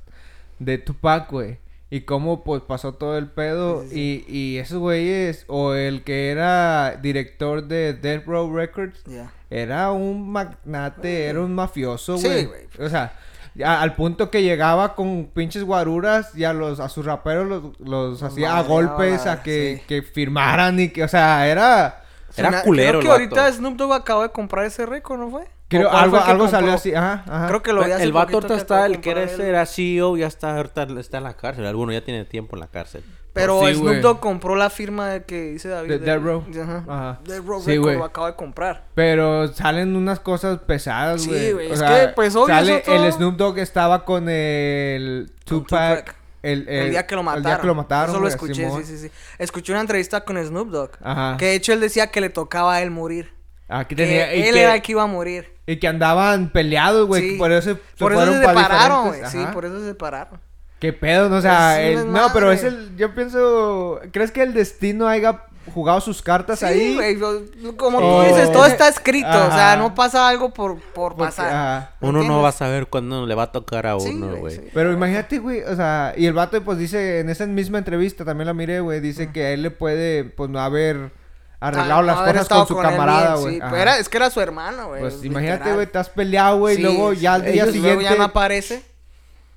B: de Tupac, güey. Y cómo pues pasó todo el pedo. Y, y esos güeyes, o el que era director de Death Row Records,
C: Ya.
B: era un magnate, era un mafioso,
C: Sí,
B: güey.
C: güey.
B: O sea, a- al punto que llegaba con pinches guaruras y a los, a sus raperos los, los hacía a
C: madreaba,
B: golpes a que,
C: sí.
B: que firmaran y que, o sea, era.
A: Era
C: Se me-
A: culero
C: Creo que
A: el vato.
C: ahorita Snoop Dogg acaba de comprar ese récord, ¿no fue? ¿O
B: Creo,
C: cuál
B: algo,
C: fue el que
B: algo salió
C: compró?
B: así, ajá, ajá.
C: Creo que lo vi hace
A: el vato
C: poquito
A: ahorita
C: que
A: está,
C: acabo de
A: el que era,
C: comprar
A: ese
C: el-
A: era CEO, ya está, ahorita está en la cárcel. Alguno ya tiene tiempo en la cárcel.
C: Pero
B: Sí,
C: Snoop
B: güey.
C: Dogg compró la firma de que dice David.
B: De Death Row.
C: Ajá.
B: Ajá.
C: Death Row
B: Sí,
C: Record
B: güey.
C: lo acaba de comprar.
B: Pero salen unas cosas pesadas,
C: Sí,
B: güey.
C: güey,
B: O
C: es
B: sea,
C: que, pues, obvio,
B: sale
C: eso todo-
B: el Snoop Dogg estaba con el
C: Con
B: Tupac,
C: Tupac.
B: El,
C: El, día que lo
B: Eh,
C: mataron.
B: El día que lo mataron.
C: Eso lo
B: güey,
C: escuché,
B: Simón.
C: sí, sí, sí. Escuché una entrevista con Snoop Dogg.
B: Ajá.
C: Que de hecho él decía que le tocaba a él morir.
B: Aquí
C: Que
B: tenía, y,
C: él
B: que,
C: era el que iba a morir.
B: y que andaban peleados, güey.
C: Sí.
B: Por eso se,
C: Por eso se
B: pa'
C: separaron, güey.
B: diferentes-
C: Sí,
B: ajá.
C: por eso se separaron.
B: Qué pedo, no, o sea,
C: Es un
B: el- no, pero es
C: desmadre.
B: el, yo pienso, ¿crees que el destino haya jugado sus cartas
C: Sí,
B: ahí?
C: güey. lo- Como
B: Oh.
C: tú dices, todo está escrito. O sea,
B: Ajá.
C: no pasa algo por, por
B: Porque,
C: pasar.
B: ajá.
C: ¿Me
A: Uno no
C: entiendes?
A: va a saber cuándo le va a tocar a
C: Sí,
A: uno,
C: güey,
A: güey.
C: sí.
B: Pero imagínate, güey, o sea, y el vato pues dice, en esa misma entrevista también la miré, güey, dice que a él le puede, pues no haber arreglado
C: Ah,
B: las
C: haber
B: cosas
C: estado
B: con su
C: él
B: camarada,
C: bien,
B: güey.
C: sí,
B: Ajá.
C: pero era- es que era su hermano, güey.
B: Pues
C: literal.
B: imagínate, güey, te has peleado, güey,
C: Sí,
B: y luego ya al
C: ellos
B: día
C: luego
B: siguiente...
C: ya no aparece.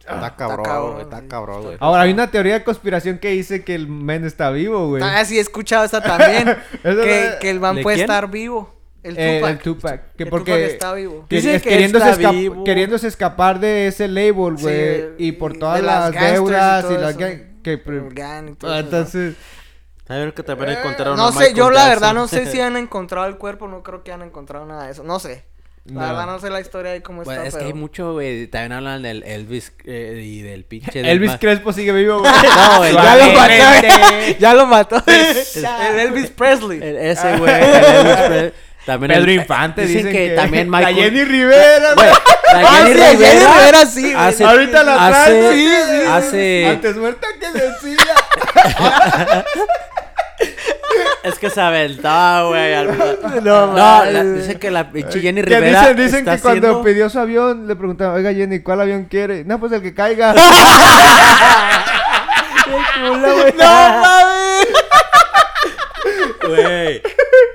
A: Está
C: Ah, cabrón,
A: cabrón, güey.
C: sí.
A: Está cabrón, güey.
B: Ahora, hay una teoría de conspiración que dice que el men está vivo, güey.
C: Ah, sí, he escuchado esa también.
B: Esa
C: que,
B: no-
C: que el man
A: ¿De
C: puede
A: quién?
C: estar vivo. El
B: Eh,
C: Tupac.
B: el Tupac, que
C: El
B: porque
C: Tupac está vivo.
B: que-
A: Dicen
B: es-
A: que
B: queriéndose,
A: está
B: esca-
A: vivo.
B: queriéndose escapar de ese label,
C: Sí,
B: güey,
C: el-
B: y por
C: y
B: todas
C: de
B: las,
C: las gangsters y
B: deudas y,
C: todo
B: las
C: eso.
B: gang- que pre-
C: El gang y todo
B: Ah,
C: eso, ¿no?
B: entonces
A: A ver que también encontraron a
C: Eh, No sé,
A: Michael
C: yo la
A: Jackson.
C: verdad no sé si han encontrado el cuerpo, no creo que han encontrado nada de eso, no sé. La
B: No.
C: verdad no sé la historia de cómo
A: Bueno,
C: está,
A: Pues, es que hay
C: pero-
A: mucho, güey. También hablan del Elvis eh, y del pinche. del
B: Elvis
A: ma-
B: Crespo sigue vivo, güey.
A: No, güey,
B: Ya lo
A: güey.
B: maté.
C: Ya lo mató. el Elvis Presley.
A: El- ese, güey. el Elvis Pre- También el-
B: Pedro Infante
A: dicen, que, también Michael.
B: La Jenny Rivera.
A: Güey, la
C: Ah,
A: Jenny
C: sí, la Jenny
A: Rivera.
C: Rivera, sí, güey.
A: hace-
B: Ahorita la traen,
A: hace,
B: sí, sí, sí.
A: hace
B: Antes muerta que sencilla.
A: Es que se aventaba, güey. al-
C: No,
A: No,
C: mames.
A: la- dice que la pinche Jenny
B: Eh, Que
A: Rivera.
B: dicen, dicen
A: está
B: que cuando
A: haciendo-
B: pidió su avión le preguntaban, oiga Jenny, ¿cuál avión quiere? No, pues el que caiga.
C: No mames.
A: Güey.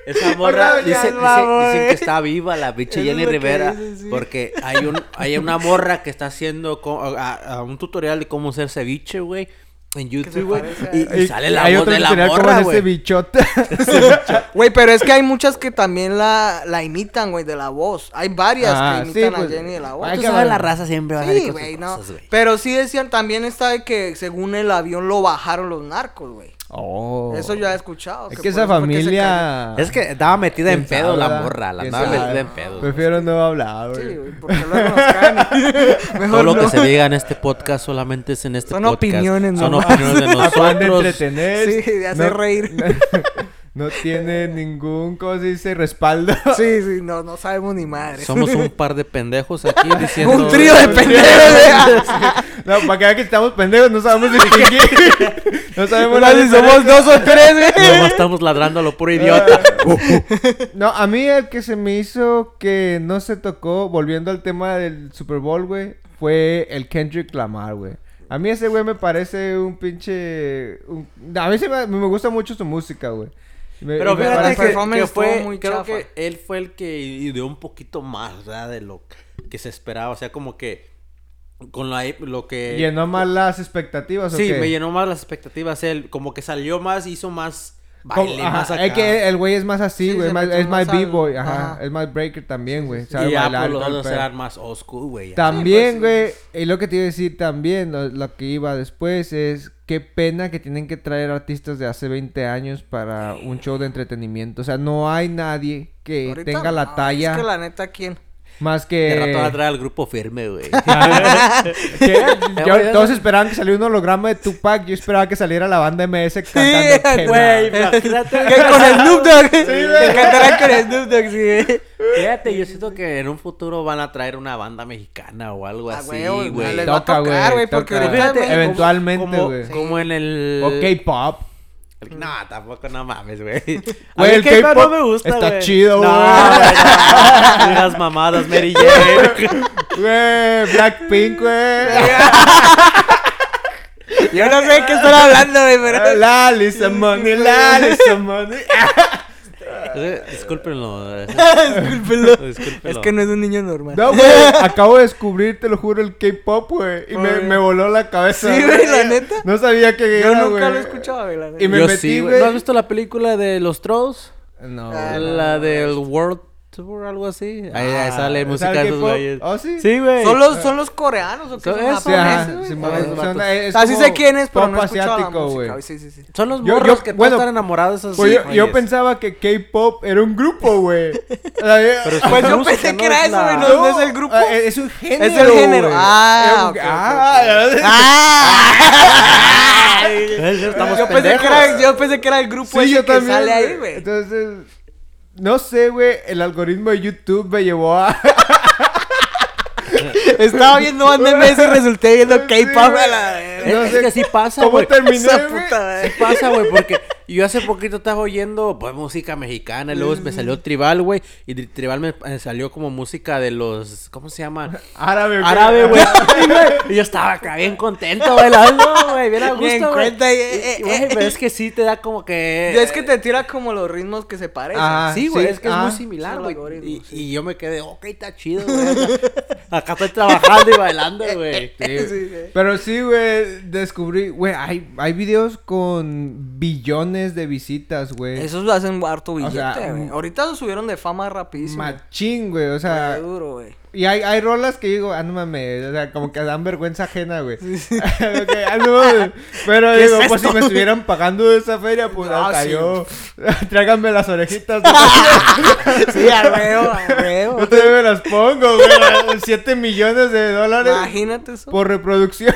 A: Esa morra
B: Ahora ya,
A: dice, dice-
C: vamos,
A: dicen
C: güey.
A: que está viva la pinche
C: eh. Eso es
A: Jenny
C: lo que
A: Rivera.
C: dicen, sí.
A: Porque hay, un, hay una morra que está haciendo co- a- a un tutorial de cómo hacer ceviche, güey. En YouTube, güey.
C: parece
A: Y, y sale la
B: hay
A: voz
B: otro
A: de la
B: tutorial como
A: morra,
B: de ese
A: güey.
B: bichote.
C: Güey, pero es que hay muchas que también la, la imitan, güey, de la voz. Hay varias
B: Ah,
C: que
B: sí,
C: imitan
B: pues,
C: a Jenny de la voz.
B: hay
A: Tú
B: que
A: sabes, la
B: ver.
A: raza siempre va a salir
C: Sí,
A: con sus
C: güey, no.
A: cosas, güey.
C: Pero sí decían también esta de que según el avión lo bajaron los narcos, güey.
B: Oh.
C: Eso yo he escuchado.
B: Es
C: por
B: que esa
C: eso fue que se
B: familia.
A: Es que estaba metida en
B: Ah. ¿Quién
A: pedo
B: sabe,
A: la
B: verdad?
A: morra. La
B: ¿Quién
A: andaba
B: sabe?
A: metida en pedo.
B: Prefiero no hablar,
C: cayó. Sí,
B: güey.
C: güey, porque luego nos caen.
A: Todo
C: Mejor
A: lo que
C: no.
A: se diga en este podcast solamente es en este
C: Son
A: podcast.
C: opiniones
A: Son
C: nomás.
A: opiniones de
B: Acaban de
A: nosotros.
B: entretener.
C: Sí, de hacer reír.
B: No, tiene ningún, ¿cómo se dice? Respaldo.
C: Sí, sí, no, no sabemos ni madre.
A: Somos un par de pendejos aquí diciendo...
C: Un trío de pendejos.
B: No, para que vean que estamos pendejos, no sabemos distinguir. No sabemos la
C: Ahora sí somos
B: diferencia.
C: dos o tres, güey.
A: Nomás estamos ladrando a lo puro idiota.
B: No, a mí el que se me hizo que no se tocó, volviendo al tema del Super Bowl, güey, fue el Kendrick Lamar, güey. A mí ese güey me parece un pinche... un- A mí se me, me gusta mucho su música, güey. Me-
A: Pero
B: me
A: fíjate
B: parece-
A: que,
C: performance
A: que fue...
C: estuvo muy
A: creo
C: chafa.
A: que él fue el que ideó un poquito más, ¿verdad? De lo que se esperaba. O sea, como que... Con la- lo que...
B: ¿Llenó más las expectativas o
A: Sí,
B: qué?
A: me llenó más las expectativas. Él como que salió más, hizo más...
B: Como-
A: Baile,
B: ajá,
A: más acá.
B: Es que el güey es más así,
C: Sí,
B: güey.
C: se
B: más-
C: metió
B: es más
C: más al-
B: b-boy, ajá.
C: ajá.
B: Es más breaker también, güey. sabe
A: Y ya,
B: bailar
A: pues, los
B: todo el
A: dos
B: pedo.
A: eran más old school, güey. ya.
B: También,
C: Sí,
B: güey,
C: pues,
B: y lo que te iba a decir también, lo, lo que iba después es qué pena que tienen que traer artistas de hace 20 años para un show de entretenimiento. O sea, no hay nadie que
C: Ahorita,
B: tenga la
C: no,
B: talla
C: Es que la neta, ¿quién?
B: más
A: De rato va a
B: que...
A: traer al grupo firme, güey.
B: que- yo-
A: voy a-
B: todos esperaban que saliera un holograma de Tupac, yo esperaba que saliera la banda MS cantando.
C: Sí,
B: Quema.
A: Güey,
C: Que
A: fíjate,
C: con el Snoop Dogg.
B: güey.
C: Que cantarán con el Snoop Dogg, sí, güey.
A: fíjate, yo siento que en un futuro van a traer una banda mexicana o algo
C: Ah,
A: así,
C: güey,
A: güey.
C: les va a
B: Toca,
C: tocar,
B: güey,
C: güey, porque
B: toca.
C: ahorita
B: Fíjate,
C: México-
B: eventualmente,
A: como,
B: güey.
A: Como en el...
B: O K-pop.
A: El- No, tampoco, no mames, güey. A
B: Mm. Güey,
A: mí
B: el K-pop
A: no me gusta,
B: está
A: güey.
B: chido,
A: No,
B: güey.
A: no, no. Las mamadas, Mary Jane.
B: Güey, Blackpink, güey.
C: Yo no sé de qué están hablando, güey, pero...
B: Lali, some money, lali, some money.
A: Eh, Discúlpenlo. eh,
C: Discúlpenlo.
A: Discúlpenlo.
C: Es que no es un niño normal.
B: No, güey, acabo de descubrir, te lo juro, el K-pop, güey. Y me,
C: Oye.
B: me voló la cabeza.
C: Sí, güey, la neta.
B: No sabía que
C: Yo
B: era,
C: nunca
B: güey.
C: lo he escuchado, güey, la neta.
B: Y me
A: Yo
B: metí,
A: sí,
B: güey.
A: ¿No has visto la película de los trolls?
B: No.
C: Ah,
B: güey.
A: La del World Tour, algo así. Ahí, ahí
B: Ah,
A: sale
B: ¿sale
A: música de esos
B: K-pop?
A: güeyes.
B: ¿Oh, sí?
A: Sí, güey.
C: ¿Son los, ¿Son los coreanos o qué?
A: Son- eh,
C: ¿Son
B: Sí, ajá,
C: japoneses, güey?
B: sí,
A: Ah,
B: güey,
A: esos
B: son-
A: vatos.
B: es
C: O sea, sí
B: como
C: sé quién es, pero
B: pop
C: no he escuchado la
B: asiático,
C: música,
B: güey.
C: güey, Sí, sí, sí.
A: Son los
B: Yo-
A: morros
B: yo-
A: que todos
B: bueno,
A: están enamorados así.
B: Pues yo, yo
A: güeyes.
B: pensaba que K-pop era un grupo, güey. O sea, eh,
A: Pero es
B: pues
C: Pues
A: la
C: yo
A: música,
C: pensé
A: ¿no?
C: que era
A: Es
C: eso,
A: la-
C: güey,
B: no,
C: ¿no? ¿no es el grupo.
B: ah, eh, Es un género.
C: Es el género.
B: güey.
C: Ah,
B: Es un-
C: ok, ok,
B: ah,
C: Ah.
A: Estamos
C: Yo pensé, que
A: pendejos.
C: era, yo pensé que era el grupo
B: eh. Sí,
C: ese
B: yo
C: que
B: también.
C: sale ahí,
B: güey.
C: güey.
B: Entonces, no sé, güey. El algoritmo de YouTube me llevó a.
C: Estaba viendo Banda MS y resulté viendo
B: Sí,
C: K-pop
B: güey.
C: a la...
A: Es,
B: No
A: es
B: sé
A: que sí pasa,
B: ¿Cómo
A: güey.
B: terminé,
C: Esa
B: güey?
C: puta, güey.
A: Sí pasa, güey, porque yo hace poquito estaba oyendo pues, música mexicana, y luego me salió tribal, güey, y tri- tribal me eh, salió como música de los, ¿cómo se llama?
B: Árabe, güey.
A: Árabe, güey. Sí, güey. Y yo estaba acá bien contento, güey, la no, güey, bien a
C: Bien
A: gusto, güey.
C: cuenta, eh,
A: Y-
C: eh,
A: güey,
C: eh.
A: pero es que sí te da como que...
C: Es que te tira como los ritmos que se parecen.
B: Ajá.
A: Sí, güey,
B: sí,
A: es que
B: ah.
A: es muy similar,
C: Son
A: güey.
C: algoritmos,
A: Y,
C: sí.
A: y yo me quedé, ok, está chido, güey. Acá estoy trabajando y bailando,
C: Eh,
A: güey.
B: Sí, güey.
C: Sí, güey.
B: Pero sí, güey, descubrí, güey, hay, hay videos con billones de visitas, güey.
C: Esos lo hacen harto
B: O sea,
C: billete, güey.
B: mm.
C: Ahorita lo subieron de fama rapidísimo.
B: Machín, güey, o sea,
C: Qué duro, güey.
B: y hay, hay rolas que digo, ah, no mames, o sea, como que dan vergüenza ajena, güey. Ok, ah, no mames. Pero
C: ¿Qué
B: digo,
C: es
B: pues si
C: esto?
B: me estuvieran pagando esa feria, pues
C: No,
B: hasta
C: sí. Ah,
B: yo, tráiganme las orejitas,
C: Sí, a huevo, a huevo.
B: yo todavía me las pongo, güey, 7 millones de dólares.
C: Imagínate eso.
B: Por reproducción.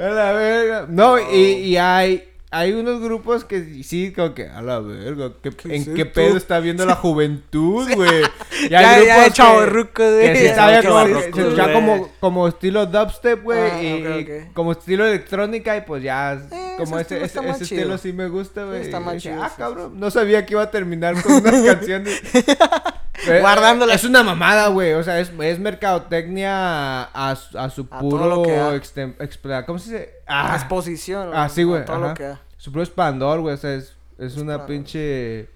B: a la verga. No, y, y hay, hay unos grupos que sí, como que, a la verga, ¿qué-
C: ¿Qué
B: ¿en
C: es
B: qué
C: esto?
B: pedo está viendo la juventud, güey? Ya,
C: Ya-
B: hay
C: ya
B: grupos
C: de chavorrucos,
B: que,
C: güey.
B: que sí
C: Ya
B: sabe
A: de
B: como,
A: chavorrucos,
B: se escucha
A: güey.
B: como, como estilo dubstep, güey,
C: Ah,
B: y,
C: ok,
B: y
C: ok.
B: como estilo electrónica y pues ya es-
C: Eh,
B: como
C: ese
B: ese,
C: estilo está
B: ese,
C: más
B: ese estilo
C: chido.
B: sí me gusta, güey.
C: está
B: Y
C: más
B: dije,
C: chido,
B: Ah,
C: sí,
B: cabrón, no sabía que iba a terminar con unas canciones. Pero,
C: Guardándolas.
B: Es una mamada, güey. O sea, es, es mercadotecnia a, su- a su
C: A todo
B: puro
C: lo que da.
B: extem- exp- ¿cómo se dice?
C: La
B: Ah,
C: exposición.
B: ah, sí,
C: ¿no?
B: güey,
C: Todo
B: ajá.
C: lo que da.
B: su puro expandor, güey. O sea, es, es una pinche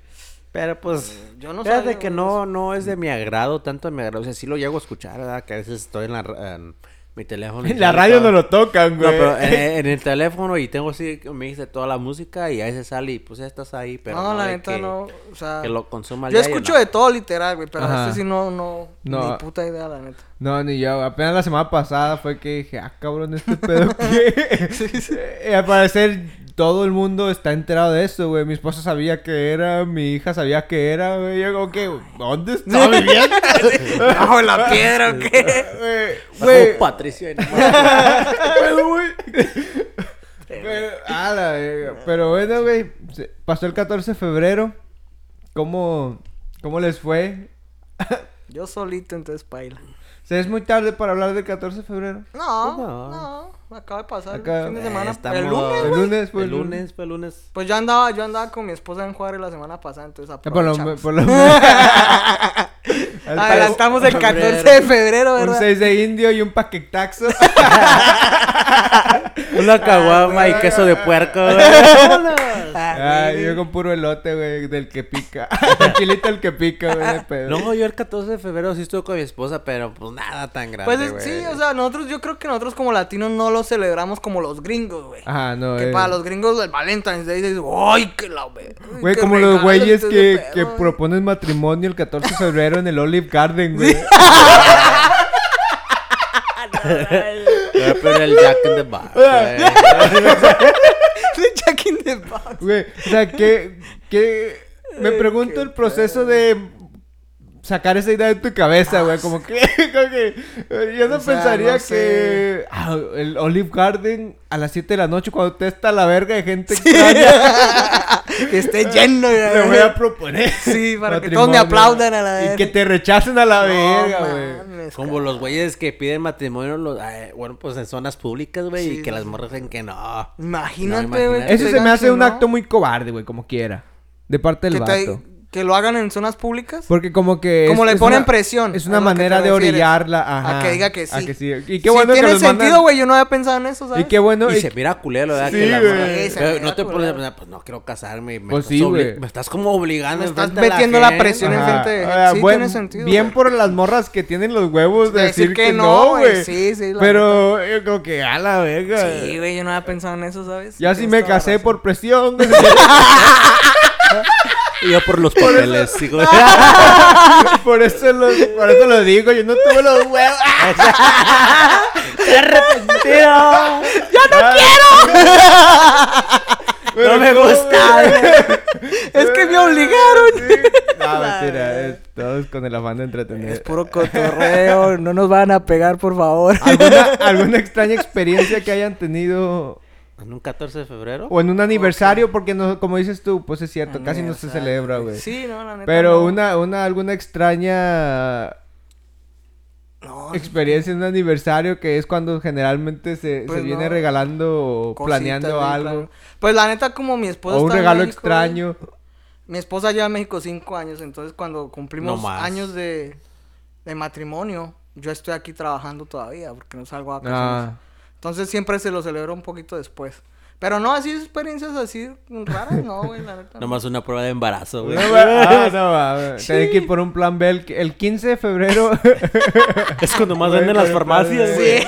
A: Pero pues.
C: Eh, Yo no
A: Fíjate
C: sabía,
A: que
C: güey, pues.
A: no, no es de mi agrado, tanto de mi agrado. O sea, sí lo llego a escuchar, ¿verdad? Que a veces estoy en la ra- en mi teléfono. y
B: En la
A: sale
B: radio
A: todo.
B: no lo tocan,
A: No,
B: güey.
A: pero
C: eh.
A: en, en el teléfono y tengo así, me dice toda la música y a veces sale y pues ya estás ahí, pero.
C: no, la
A: de
C: neta
A: que-
C: no. O sea,
A: Que lo consuma
C: yo
A: diario,
C: escucho
A: no.
C: de todo literal, güey, pero
B: Ajá.
C: este sí no, no,
B: No.
C: ni puta idea, la neta.
B: No, ni yo. Apenas la semana pasada fue que dije, ah, cabrón, este pedo que... Al parecer todo el mundo está enterado de eso, güey. Mi esposa sabía que era, mi hija sabía que era, güey. Yo como que, ¿dónde está viviendo?
C: Bajo la piedra, ¿o qué?
B: Güey,
A: Está como
B: Eh, güey.
A: Patricio ahí nomás.
B: Pero, güey. Pero, a la verga. Pero bueno, güey. se- Pasó el 14 de febrero. ¿Cómo, cómo les fue?
C: Yo solito, entonces paila.
B: ¿Se es muy tarde para hablar del 14 de febrero?
C: No,
A: Pues No.
C: no, acaba de pasar
B: Acaba-
C: el fin de
B: Eh,
C: semana.
A: Estamos-
C: El lunes,
B: El
C: güey.
B: lunes, pues,
A: El lunes, fue el lunes.
C: Pues yo andaba, yo andaba con mi esposa en Juárez la semana pasada, entonces
B: Eh, Por lo,
C: aprovechamos.
B: por lo menos. Al
C: Adelantamos el
A: Febrero.
C: 14 de febrero,
B: parecer, Un
C: ¿verdad? Ah,
B: 6 de indio y un paquetaxo.
A: Una caguama y queso de puerco. güey.
B: Ay, Ah, yo con puro elote, güey, del que pica. El chilito el que pica, güey, de pedo.
A: No, yo el 14 de febrero sí estuve con mi esposa, pero pues nada tan grande.
C: Pues es-
A: güey.
C: sí, o sea, nosotros, yo creo que nosotros como latinos no lo celebramos como los gringos, güey.
B: Ajá, no,
C: que
B: eh.
C: para los gringos el Valentine's Day dices, ¡ay, qué la ver- ay,
B: Güey,
C: qué
B: como los
C: regalo
B: güeyes
C: este
B: que,
C: de
B: que
C: pedo, güey".
B: proponen matrimonio el 14 de febrero en el Olive Garden, güey.
A: Eh, Pero el Jack in the Box. güey.
C: De Jack in the Box.
B: Güey, o sea, que, que me pregunto el proceso de sacar esa idea de tu cabeza, güey, como que, como que, eh, yo no
C: O sea,
B: pensaría
C: no
B: que
C: sé.
B: ah, el Olive Garden a las 7 de la noche cuando te está la verga de gente extraña,
C: Que esté lleno, güey.
B: le voy a proponer.
C: Sí, para que todos me aplaudan a la
B: vez.
C: verga.
B: Y que te rechacen a la
C: No
B: verga, güey.
C: mames,
A: Como los güeyes que piden matrimonio, los, ay, bueno, pues en zonas públicas, güey, y
C: Sí,
A: que
C: sí,
A: las
C: sí.
A: morras dicen que no.
C: Imagínate,
A: No,
C: güey.
A: imagínate.
B: Eso
C: que
B: se me
C: digan
B: hace
C: que
B: un
C: no.
B: acto muy cobarde, güey, como quiera. De parte del
C: que, te-
B: vato.
C: que lo hagan en zonas públicas.
B: Porque como que...
C: Como le ponen
B: una-
C: presión,
B: Es
C: a
B: una
C: lo que te
B: manera de
C: refieres.
B: orillarla
C: A
B: ajá,
C: que diga que sí.
B: a Y qué bueno
C: sí,
B: que
C: tiene
B: los
C: sentido,
B: mandan-
C: güey. Yo no había pensado en eso, ¿sabes?
B: Y qué bueno...
A: Y
B: y-
A: se mira culero, ¿verdad?
B: Sí,
A: que la
B: güey.
A: morra-
C: Sí, se
A: Pero
C: mira
A: no te pones a
C: culero.
A: pensar, pues no quiero casarme. Me,
B: Pues
A: estás,
B: sí,
A: obli-
B: güey.
A: me estás como obligando.
C: Me estás
A: enfrente a
C: metiendo la
A: gente.
C: presión.
B: Ajá.
C: enfrente.
B: Ah,
C: Sí,
B: bueno,
C: tiene sentido,
B: Bien
C: güey.
B: por las morras que tienen los huevos de decir, que, no, güey.
C: Sí, sí, la
B: Pero yo como que a la verga.
C: Sí, güey, yo no había pensado en eso, ¿sabes?
B: ya si
C: Tienes
B: me
C: toda la
B: casé
C: razón.
B: por presión. güey.
A: Y yo por los papeles, hijo.
C: Ah,
B: por, eso lo, por eso lo digo, yo no tuve los huevos. ¡Ya no quiero!
A: No me gusta.
C: Es que me obligaron.
B: No, mentira. es- Todos con el afán de entretener.
C: Es puro cotorreo. No nos van a pegar, por favor.
B: ¿Alguna, alguna extraña experiencia que hayan tenido
A: ¿En un 14 de febrero?
B: o en un aniversario, porque no, como dices tú, pues es cierto,
C: Ah,
B: casi no se
C: Aniversario,
B: celebra, güey.
C: eh, Sí, no, la neta.
B: Pero
C: no.
B: una, una, alguna extraña
C: No,
B: experiencia en un aniversario que es cuando generalmente se,
C: Pues
B: se viene
C: no.
B: regalando o
C: cositas,
B: planeando
C: güey,
B: algo.
C: claro. Pues la neta, como mi esposa.
B: O un
C: está en
B: regalo
C: México,
B: extraño.
C: güey, Mi esposa lleva en México cinco años. Entonces, cuando cumplimos
A: No más.
C: años de, de matrimonio, yo estoy aquí trabajando todavía porque no salgo a vacaciones.
B: Ah,
C: Entonces, siempre se lo celebro un poquito después. Pero no, así experiencias así raras, no, güey, la neta. no.
A: Nomás una prueba de embarazo, güey.
B: no, va- ah, no, va, tenía que ir por un plan B el, el 15 de febrero.
A: Es cuando más
B: Güey,
A: venden las
B: pero-
A: farmacias,
B: Sí.
A: güey.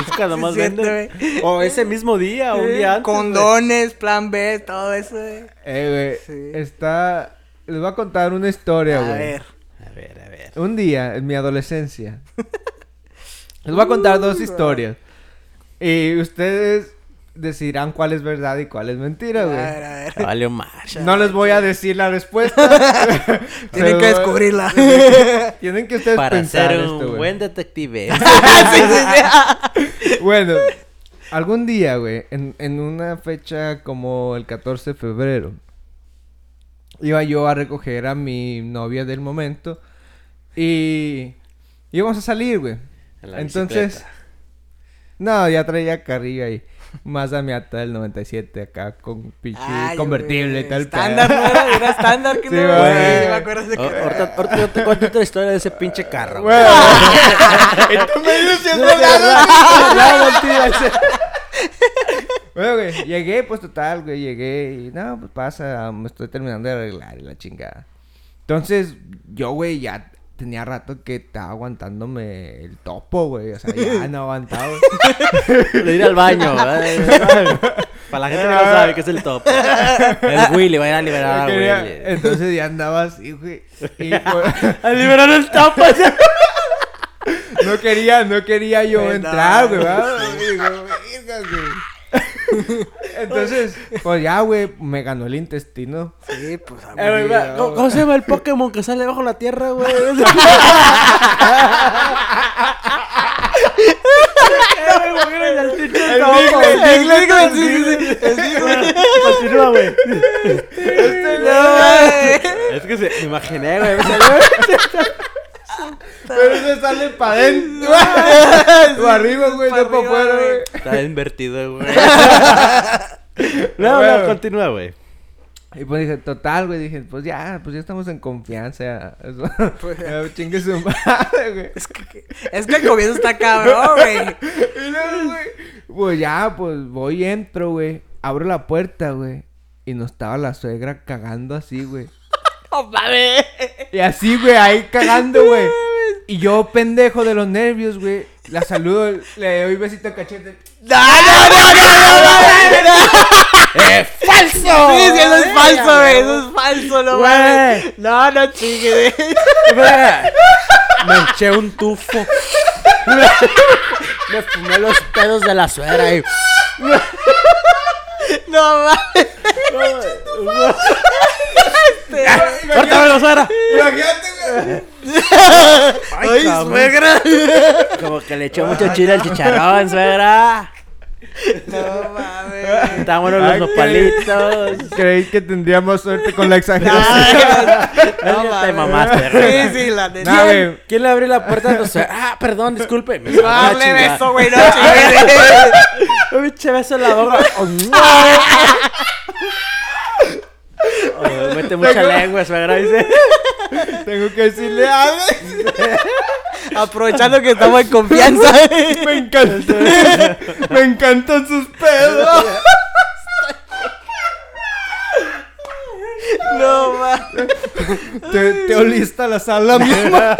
A: Es cuando
C: Sí,
A: más
C: cierto,
A: venden. O ese mismo día, o un día antes. güey.
C: Condones, plan B, todo eso. güey.
B: eh, güey,
C: Sí.
B: está... Les voy a contar una historia,
C: A
B: güey.
C: ver.
A: A ver, a ver.
B: Un día, en mi adolescencia. Les voy a contar
C: Uh,
B: dos historias. Y ustedes decidirán cuál es verdad y cuál es mentira,
C: A
B: güey.
C: ver, a ver.
A: Valió más.
B: No les voy a decir la respuesta.
C: Tienen
B: pero-
C: que descubrirla.
B: Tienen que ustedes
A: Para
B: pensar
A: ser un
B: esto, güey.
A: buen detective.
B: Bueno, algún día, güey, en, en una fecha como el 14 de febrero, iba yo a recoger a mi novia del momento Y íbamos a salir, güey.
A: En la
B: Entonces,
A: bicicleta.
B: no, ya traía carrillo ahí. Mazda Miata del 97 acá con pinche
C: Ay,
B: convertible y
C: güey,
B: tal.
C: Estándar, no era, era estándar. Que
B: Sí,
C: no,
B: güey.
C: güey, me acuerdo de
A: A-
C: que...
A: Ahorita ahorita yo te cuento otra historia de ese pinche carro, güey.
B: Güey. Entonces me dices si es verdad. No, mentira, ese- Bueno, güey, llegué, pues total, güey, llegué y no, pues pasa, me estoy terminando de arreglar y la chingada. Entonces, yo, güey, ya tenía rato que estaba aguantándome el topo, güey, o sea, ya no aguantaba. güey.
A: De ir al baño. ¿verdad? Para la gente que no sabe que es el top. El Willy, vayan a liberar a
B: Quería-
A: Willy.
B: Entonces ya andaba así, güey. y, pues,
A: A liberar el top.
B: no quería, no quería yo
C: Pues, no,
B: entrar, güey,
C: no,
B: ¿verdad? Y digo, "Verga, güey". Entonces, pues ya, güey, me ganó el intestino.
C: Sí, pues... a
B: Eh, güey,
C: huevo.
B: va-
A: ¿Cómo, cómo se llama el Pokémon que sale bajo la tierra, güey?
B: El Bigler, el
C: El
B: Bigler
C: Bigler,
B: con
C: sí,
B: el
C: sí,
B: Bigler.
A: Continúa, güey.
C: No, güey.
A: Es que se me imaginé, güey.
B: Pero se sale para adentro. O arriba, güey,
C: para
B: no para
C: arriba,
B: afuera,
C: güey.
B: güey.
A: Está invertido, güey.
B: No, no,
A: No, no, continúa, güey.
B: Y pues dije, total, güey, dije, pues ya, pues ya estamos en confianza. Eso.
C: Pues-
B: Ya, Chingue su madre, güey.
C: Es que, es que el comienzo está cabrón, güey.
B: Y luego, güey, Pues ya, pues voy y entro, güey. Abro la puerta, güey. Y no estaba la suegra cagando así, güey.
C: No mames.
B: Y así, güey, ahí cagando, güey. Y yo, pendejo de los nervios, güey. La saludo, le doy besito al cachete.
C: No, no, no, no, no, no, no.
B: ¡Falso!
C: Sí, sí, eso es falso, güey. Eso es falso, no
B: Güey.
C: mames. No, no chingue. güey.
A: Me eché un tufo. Me fumé los pedos de la suegra y...
C: No mames. Este, güey.
A: ¡Córtame la suegra!
B: Imagínate, güey.
C: Ay,
A: cabrón.
C: suegra.
A: Como que le echó mucho chile al chicharrón, suegra.
C: No mames.
A: Estaban buenos
B: Ay,
A: los nopalitos. Ah.
B: Creí que tendríamos suerte con la exageración.
A: No,
C: mames.
A: te mamaste,
C: Sí,
A: ¿verdad?
C: sí, la neta.
B: No, güey.
A: Ah, ¿Quién le abrió la puerta a tu suegra? Ah, perdón, disculpe. Me
C: No
A: sacó la
C: hable de
A: chingada.
C: eso, güey. No chingue.
A: Un pinche beso en la boca. Oh, Oh, mete mucha lengua, suegra, dice.
B: Tengo que decirle algo.
C: Aprovechando que estamos en confianza.
B: Me encanta. Me encantan sus pedos.
C: No mames.
B: Te, te oliste a la sala misma.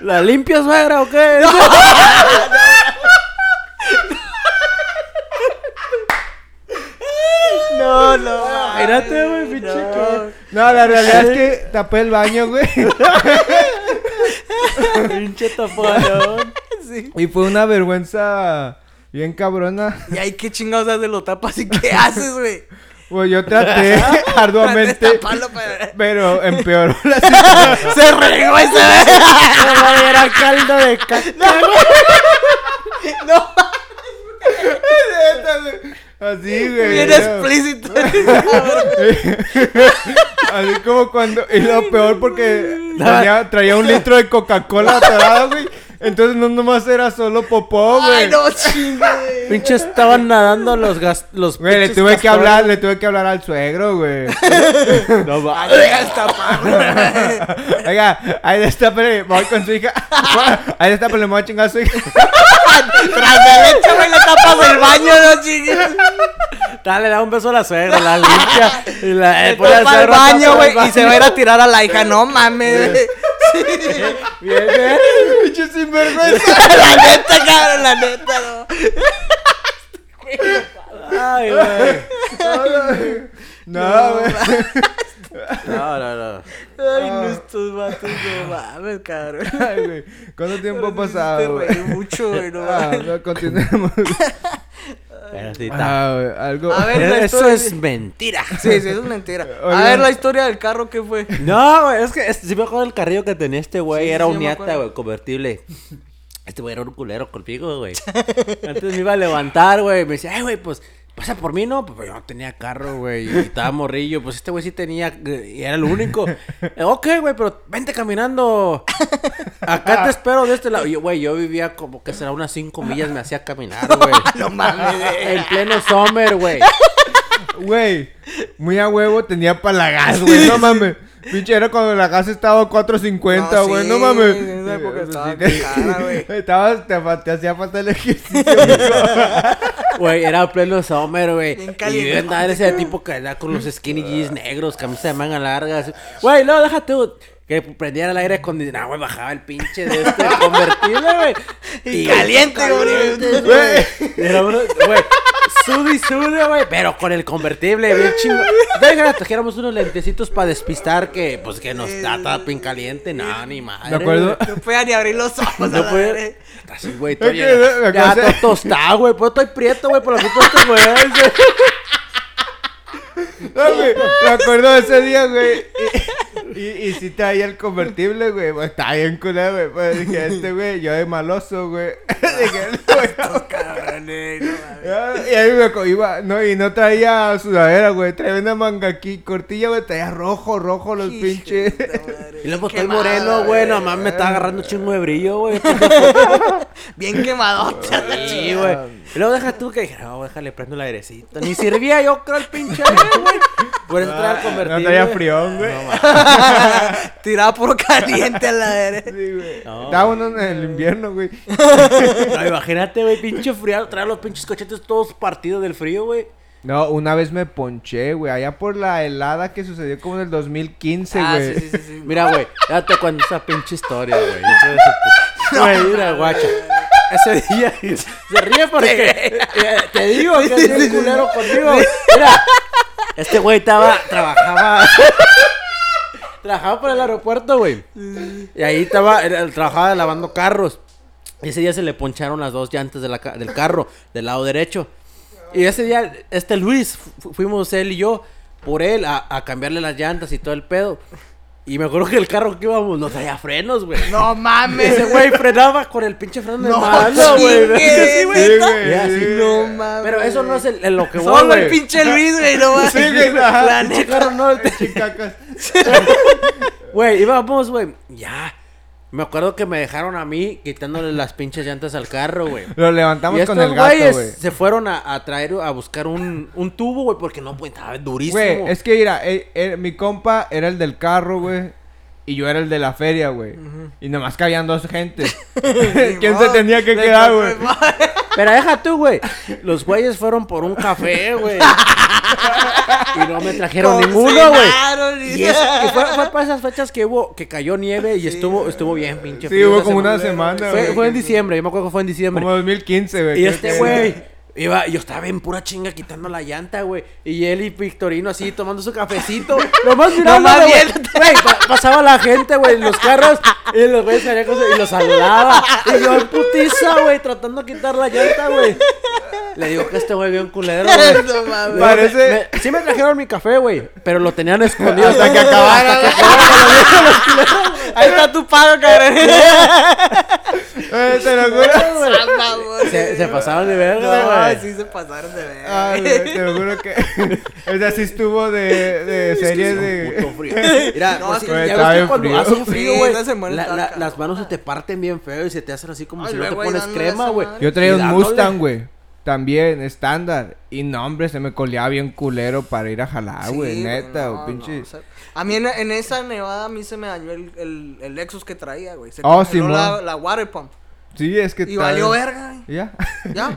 A: ¿La limpia, suegra, o qué?
C: No, no mames.
A: Imagínate, güey, pinche
C: No.
B: No, la realidad es que tapé el baño, güey.
A: Pinche tapadón.
C: Sí.
B: Y fue una vergüenza bien cabrona.
C: Y ahí qué chingados haces, lo tapas y qué haces, güey.
B: Pues yo traté
C: Traté de
B: arduamente,
C: taparlo, pero-
B: pero empeoró la situación.
C: Se regó ese
A: Era caldo de caca.
C: No,
B: Así, güey.
C: bien
B: ¿no?
C: explícito.
B: Así como cuando. Y lo peor porque tenía- traía un litro de Coca-Cola atorado, güey. Entonces no nomás era solo popó, güey.
C: Ay, no, chingue.
A: Pinche estaban nadando los gas, los
B: Güey, le
A: pinches
B: tuve que
A: castores.
B: hablar, le tuve que hablar al suegro, güey.
A: No va.
C: Ay, deja el taparlo.
B: Oiga, ahí está, pero voy con su hija. Ahí está, pero le voy a chingar a su hija.
C: Tras de leche, güey, le tapas el baño, no chingues.
A: Dale, da un beso a la suegra, la limpia. Y la
C: Le
A: eh, pone al
C: tapa el
A: suegro,
C: baño,
A: tapa
C: güey,
A: el
C: y se va a ir a tirar a la hija. No mames, güey. Sí.
B: Bien, bien. Pinche sinvergüenza.
C: La neta, cabrón, la neta, no.
A: Ay, güey.
B: No, güey.
A: No, no, no.
C: Ay, no, estos vatos, no mames, cabrón.
B: Ay, güey. ¿Cuánto tiempo ha
C: Te
B: pasado,
C: reí
B: güey?
C: mucho, güey, no
B: Ah,
C: mames.
B: no, continuemos.
A: Pero sí, ta-
B: Ah, güey, algo.
C: A ver, la
A: Eso
C: historia-
A: es mentira.
C: Sí, sí, eso es mentira. A
B: Oigan.
C: ver, la historia del carro, ¿qué fue?
A: No, güey, es que es- sí me acuerdo del carrillo que tenía este güey.
C: Sí, sí,
A: era
C: sí,
A: un
C: me
A: Miata,
C: acuerdo.
A: güey, convertible. Este güey era un culero conmigo, güey. Antes me iba a levantar, güey. Me decía, ay, güey, pues, O sea, por mí no, pues yo no tenía carro, güey. Y estaba morrillo. Pues este güey sí tenía. Y era el único. Eh, ok, güey, pero vente caminando. Acá te espero de este lado. Y yo, Güey, yo vivía como que será unas 5 millas. Me hacía caminar, güey.
C: No mames. eh.
A: En pleno summer, güey.
B: Güey, muy a huevo tenía para la gas, güey. No mames. Pinche era cuando la gas estaba a 4.50,
C: No,
B: güey.
C: sí,
B: No, mames.
C: en esa época estaba
B: Sí, sí,
C: con cara, güey.
B: Estabas- te, fa- te hacía falta el ejercicio.
A: Güey, era pleno summer, güey.
C: Bien
A: Y yo
C: caliente.
A: andaba en ese tipo que andaba con los skinny jeans negros, camisa de manga larga. así. Güey, no, déjate. güey. Que prendiera el aire acondicionado, güey, bajaba el pinche de este convertible, güey.
C: Y caliente,
A: calientes,
B: güey.
A: Era uno, güey. Sube y sube, güey. Pero con el convertible, bien chingo. Venga, trajéramos unos lentecitos para despistar que, pues, que nos da tan bien caliente. No, ni madre.
B: Me acuerdo.
A: güey.
C: No podía ni abrir los ojos. Pues a
A: No
C: la
A: puede.
C: verga.
A: Así, güey,
B: Es
A: estoy
B: que me- me
A: ya,
B: acordé-
A: todo tostado, güey. Pues estoy prieto, güey, por la culpa de estos güeyes, güey.
B: No, güey, Me acuerdo de ese día, güey. Y, y, y sí traía el convertible, güey. Pues, Estaba bien culero, güey. Pues dije, este güey, yo de maloso, güey. dije, "No, güey".
C: Cabrones, no mames.
B: Y ahí me co- iba, no, y no traía sudadera, güey. Traía una manga aquí, cortilla, güey. Traía rojo, rojo los
C: Hijo
B: pinches.
C: de puta madre.
A: Y luego estoy
C: Quemado,
A: moreno, güey. No mames, me está agarrando un chingo de brillo, güey.
C: Bien quemadote. a la
A: Sí,
C: chingada.
A: güey. Y luego deja tú que dije, no, güey, déjale, prendo el airecito. Ni servía yo, creo, el pinche aire, güey. Por eso traía el convertible.
B: Ah, No traía frión, güey.
C: Tirado por caliente a la verga.
B: Sí, güey.
A: No,
B: Estaba uno en el invierno, güey.
A: No, imagínate, güey, pinche friado. Traía los pinches cochetes todos partidos del frío, güey.
B: No, una vez me ponché, güey. Allá por la helada que sucedió como en el 2015,
C: Ah,
B: güey.
C: sí, sí, sí, sí.
A: Mira, güey, ya te cuento esa pinche historia, güey. Hijo de su puta- Güey, mira, guacha. Ese día se ríe porque eh, te digo que es bien culero conmigo. Mira, este güey estaba,
B: Ah,
A: trabajaba, trabajaba por el aeropuerto, güey. Y ahí estaba, era- trabajaba lavando carros. Y ese día se le poncharon las dos llantas de la ca- del carro, del lado derecho. Y ese día, este Luis, fu- fuimos él y yo por él a, a cambiarle las llantas y todo el pedo. Y me acuerdo que el carro que íbamos no traía frenos, güey.
C: No mames.
A: Ese güey frenaba con el pinche freno de
C: No
A: mano, güey.
C: chingues,
A: Sí,
C: güey.
A: güey.
B: Sí,
A: Era así,
B: sí,
C: No mames.
A: Pero eso no es el, el lo que voy,
C: Solo el
A: güey.
C: pinche Luis, güey, no mames.
B: Sí, güey, ajá.
C: La
A: Pinche
C: neta.
A: carro no,
B: Eh, chicacas.
A: Güey, íbamos, güey. Ya. Me acuerdo que me dejaron a mí quitándole las pinches llantas al carro, güey.
B: Lo
A: y
B: levantamos
A: estos
B: con el gato,
A: güeyes
B: güey.
A: se fueron a, a traer, a buscar un, un tubo, güey, porque no, pues estaba durísimo.
B: Güey, es que mira, eh, eh, mi compa era el del carro, güey. Y yo era el de la feria, güey. Y nomás cabían dos gentes. ¿Quién se
C: modo,
B: tenía que
C: le
B: quedar,
C: tocó
B: güey?
C: el mar.
A: Pero deja tú, güey. Los güeyes fueron por un café, güey. Y no me trajeron ninguno, güey.
C: Cocinaron y-
A: Y es- y fue, fue para esas fechas que hubo, que cayó nieve y estuvo, estuvo bien, pinche.
B: Sí,
A: frío
B: hubo
A: esa
B: como una
A: semana.
B: semana,
A: Fue,
B: güey.
A: fue en diciembre, yo me acuerdo que fue en diciembre.
B: Como 2015, güey.
A: Y
B: creo
A: este
B: que-
A: güey iba, yo estaba en pura chinga quitando la llanta, güey. Y él y Victorino así tomando su cafecito. Nomás mirando,
C: Nomás
A: güey.
C: viéndote.
A: Güey, pa- pasaba la gente, güey, en los carros. Y los güeyes salían con su- y los saludaba. Y yo en putiza, güey, tratando de quitar la llanta, güey. Le digo que este güey vio un culero, güey.
C: No mames.
A: Luego
B: Parece-
A: me- me- sí me trajeron mi café, güey, pero lo tenían escondido
B: Hasta que acabara.
C: Ah, Ahí está tu pago, cabrón.
B: Eh, te lo juro.
C: Ah, mamón.
A: Se, se pasaron de
C: No,
A: verga, güey.
C: sí se pasaron de verga.
B: Ay, güey, te lo juro que. Esa sí estuvo de, de serie
A: Puto
B: de.
A: frío. Mira,
C: No,
A: pues,
C: sí,
A: ya
B: güey,
A: ves
B: está
A: que
B: bien
A: cuando
B: frío.
A: hace frío,
C: Sí,
A: güey,
C: esa semana
A: la-
C: está
A: la-
C: cabrón.
A: las manos se te parten bien feo y se te hacen así como
C: Ay,
A: si no te
C: luego ahí
A: pones
C: dándole
A: crema,
C: esa
A: güey.
C: madre.
B: Yo traía
A: Y
B: un
A: dándole.
B: Mustang, güey. También, estándar. Y no, hombre, se me coleaba bien culero para ir a jalar, Ah,
C: Sí,
B: güey.
C: güey,
B: neta,
C: no,
B: güey, pinche.
C: no, o sea, a mí en, en esa nevada a mí se me dañó el, el, el Lexus que traía, güey. Se
B: Oh,
C: congeló
B: Simón.
C: la, la water pump.
B: Sí, es que. tal-
C: Y valió verga, güey.
B: Ya.
C: Ya,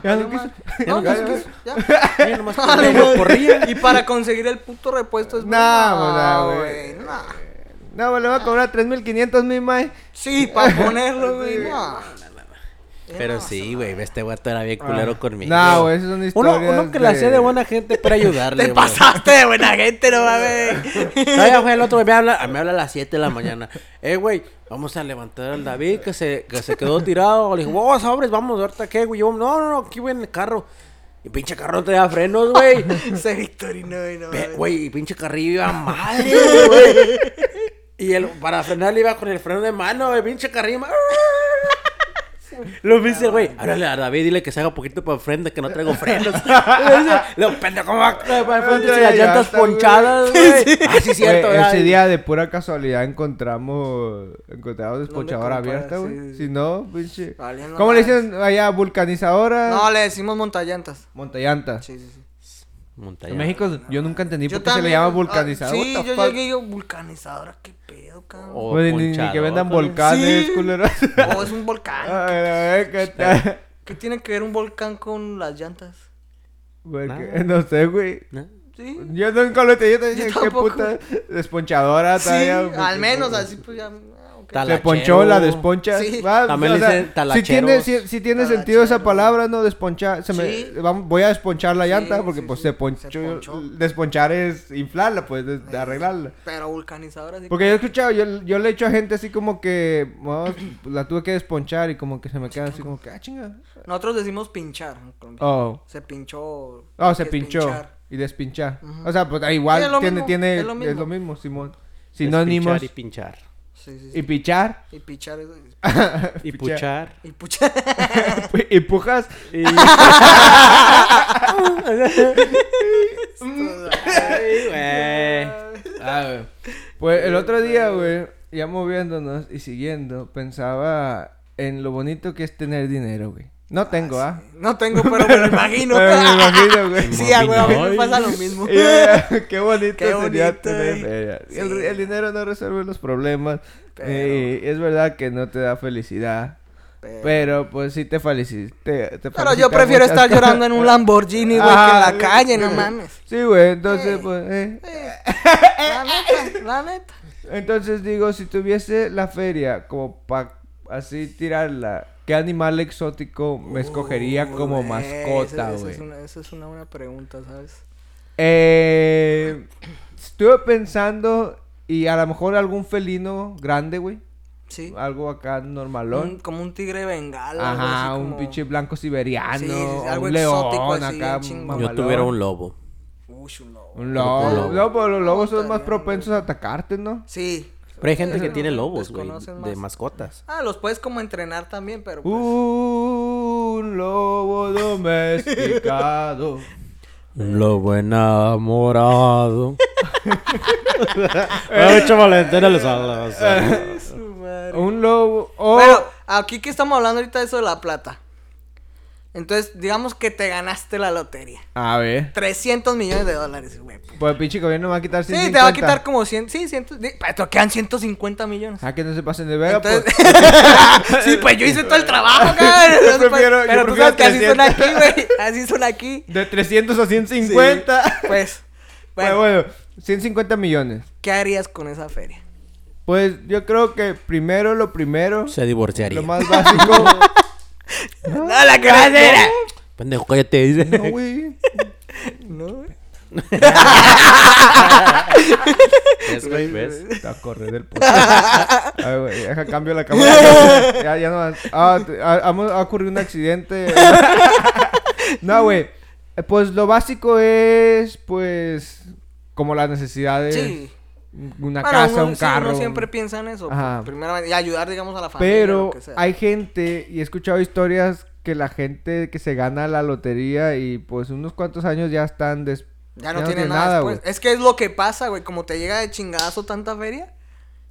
B: Ya
C: valió
B: no quiso.
C: madre.
B: Ya
C: No,
B: no
C: pues,
B: quiso.
C: ya.
A: Mira nomás cómo corría.
C: Y para conseguir el puto repuesto es
B: No,
C: nah,
B: pues, no,
C: güey.
B: güey.
C: nah.
B: No, me le va a cobrar 3500, mi mae.
C: Sí, para ponerlo, güey. nah.
A: Pero sí, güey, este vato era bien culero conmigo.
B: No, Ah. güey, esas son
A: Uno,
B: historias.
A: uno que la hacía de buena gente para ayudarle,
C: Te
A: güey.
C: pasaste de buena gente, no mames.
A: Todavía fue el otro, güey, me habla, me habla a las 7 de la mañana. Eh, güey, vamos a levantar al David que se, que se quedó tirado. Le dije, oh, sobres, vamos, ahorita qué, güey. Yo, no, no, no, aquí voy en el carro. Y pinche carro no traía frenos, güey.
C: Se victorino, güey. No,
A: Ve,
C: mames.
A: Güey, y pinche carrillo iba madre, güey. Y el, para frenar le iba con el freno de mano, el pinche carrillo. ma- Lo me dice, güey, háblale a David, dile que se haga poquito para frente, que no traigo frenos. Le dice, lo pendejo, ¿cómo va para frente si las
B: Ya
A: llantas
B: está, güey.
A: ponchadas, güey? Ah, sí, cierto,
B: Güey,
A: ¿verdad?
B: ese día de pura casualidad encontramos encontramos despochadora
C: compras?
B: abierta, güey.
C: Sí.
B: Si no, pinche.
C: Valía
B: ¿Cómo le
C: nomás.
B: dicen allá vulcanizadora?
C: No, le decimos montallantas.
B: Montallanta.
C: Sí, sí, sí.
A: Montaña.
B: En México yo nunca entendí por qué se le
C: también-
B: llama
C: ah,
B: vulcanizadora.
C: Sí,
B: what the
C: yo
B: fuck? Oh.
C: llegué y yo, vulcanizadora, qué pedo, cabrón.
A: O
B: Güey, ni- ni, que
A: ponchador,
B: vendan
A: güey.
B: volcanes,
C: Sí.
B: culeros.
C: O es un volcán.
B: Ay, la verga, ¿qué tal?
C: ¿Qué tiene que ver un volcán con las llantas?
B: Güey,
A: Nada.
B: que- no sé, güey.
A: ¿No?
C: Sí.
B: Yo nunca lo entendí. Yo te dije,
C: Yo
B: qué
C: tampoco.
B: puta desponchadora.
C: Sí,
B: todavía, porque-
C: al menos así pues ya. ah, ok.
A: Tal-
B: Se ponchó, la desponcha.
C: Sí.
B: Va,
A: También
B: o
A: le
B: sea,
A: dicen
B: si tiene,
A: talacheros.
B: si, si tiene sentido esa
C: Talacheros.
B: palabra, ¿no? Desponchar. Se me,
C: Sí.
B: vam- voy a desponchar la
C: Sí,
B: llanta porque
C: sí,
B: pues
C: sí.
B: se ponchó.
C: Se ponchó.
B: Desponchar es inflarla, pues, de- de arreglarla.
C: Pero vulcanizadora sí.
B: Porque yo he escuchado, yo, yo le he hecho a gente así como que "No, la tuve que desponchar y como que se me quedan así como que, ah, chinga.
C: Nosotros decimos pinchar en Colombia.
B: Oh,
C: Se pinchó.
B: oh se
C: es
B: pinchó.
C: pinchar.
B: Y despinchar.
C: Ujú.
B: O sea, pues ah, igual
C: Sí, es lo
B: tiene,
C: mismo,
B: tiene,
C: es lo
B: es lo
C: mismo.
B: mismo, Simón.
A: Sinónimos.
B: Sinónimos.
A: Pinchar y pinchar.
C: Sí, sí,
B: Y
C: sí.
B: pichar.
C: Y, pinchar es.
A: Y puchar.
B: Pichar.
C: Y puchar.
B: pues, Y pujas.
A: Y...
C: pues,
A: Ay, güey.
B: Ah, güey. Pues el otro día, güey, ya moviéndonos y siguiendo, pensaba en lo bonito que es tener dinero, güey. No tengo, ¿ah?
C: no tengo, pero me lo imagino.
B: Pero me imagino, güey.
C: sí, a huevo, a mí me
A: Ay.
C: pasa lo mismo.
B: Y, eh, Qué bonito
C: Qué
B: sería
C: bonito,
B: tener.
C: güey.
B: eh,
C: Sí.
B: El, el dinero no resuelve los problemas. eh,
C: Pero-
B: Y es verdad que no te da felicidad.
C: Pero,
B: Pero pues sí te felicita.
C: pero yo prefiero estar llorando en un Lamborghini, güey, que en la calle, no mames.
B: Sí, Ah, güey, entonces,
C: Sí.
B: pues. eh,
C: La neta, la neta.
B: Entonces digo, si tuviese la feria como para así tirarla, ¿qué animal exótico me escogería como
C: Uy,
B: mascota,
C: Uh, esa- esa
B: güey?
C: es una- Esa es una buena pregunta, ¿sabes?
B: Eh, estuve pensando y a lo mejor algún felino grande, güey.
C: Sí.
B: Algo acá normalón.
C: Un- como un tigre de bengala. algo
B: Ajá,
C: así
B: un
C: como-
B: pinche blanco siberiano,
C: Sí, sí, sí,
B: o
C: algo
B: un león
C: exótico así,
B: acá,
C: chingón.
A: Yo
B: mamalón.
A: tuviera un lobo.
C: Uy, un lobo.
B: Un lobo.
A: Un lobo.
B: No, pero los lobos son más
C: Estaría,
B: propensos a atacarte, ¿no?
C: Sí.
A: Pero hay gente
C: Ustedes
A: que tiene
C: no-
A: lobos, güey,
C: desconocen
A: de
C: más.
A: mascotas.
C: Ah, los puedes como entrenar también, pero pues,
B: Uh. Un lobo domesticado.
A: Un lobo enamorado. Ay, chavales, dénales a las- a-
C: pues, su madre.
B: Un lobo. o-
C: Bueno, aquí que estamos hablando ahorita de eso de la plata. Entonces, digamos que te ganaste la lotería.
B: A ver.
C: 300 millones de dólares, güey.
B: Pues el pinche gobierno va a quitar
C: Sí,
B: 150.
C: te va a quitar como 100, sí, 100, pero te quedan 150 millones.
B: Ah, que no se pasen de verga,
C: Entonces,
B: pues.
C: sí, pues yo hice todo el trabajo, cabrón. pues,
B: Yo prefiero- yo
C: pero tú
B: prefiero
C: sabes que así son
B: 300.
C: aquí, güey. Así son aquí.
B: De 300 a
C: Sí,
B: 150.
C: pues,
B: Bueno,
C: bueno,
B: bueno, 150 millones.
C: ¿qué harías con esa feria?
B: Pues yo creo que primero lo primero,
A: Se divorciaría.
B: lo más básico.
C: No, la que vas a hacer.
A: Pendejo, cállate, dice.
B: no, güey.
C: No, güey.
A: Es, güey, ¿ves?
B: Te va a correr del podcast. Ay, güey, deja cambio la cámara. ya, ya no más. Ah, te- ah, hemos- ha ocurrido un accidente. no, güey. Eh, Pues lo básico es, pues, como las necesidades.
C: Sí.
B: Una
C: Bueno,
B: casa,
C: uno-
B: un
C: sí,
B: carro.
C: Uno siempre piensa en eso.
B: Ajá.
C: pues, Primeramente, y ayudar, digamos, a la familia.
B: Pero
C: lo que sea.
B: hay gente, y he escuchado historias que la gente que se gana la lotería y pues unos cuantos años ya están des...
C: Ya no, tiene nada, después.
B: güey.
C: Es que es lo que pasa, güey. Como te llega de chingadazo tanta feria,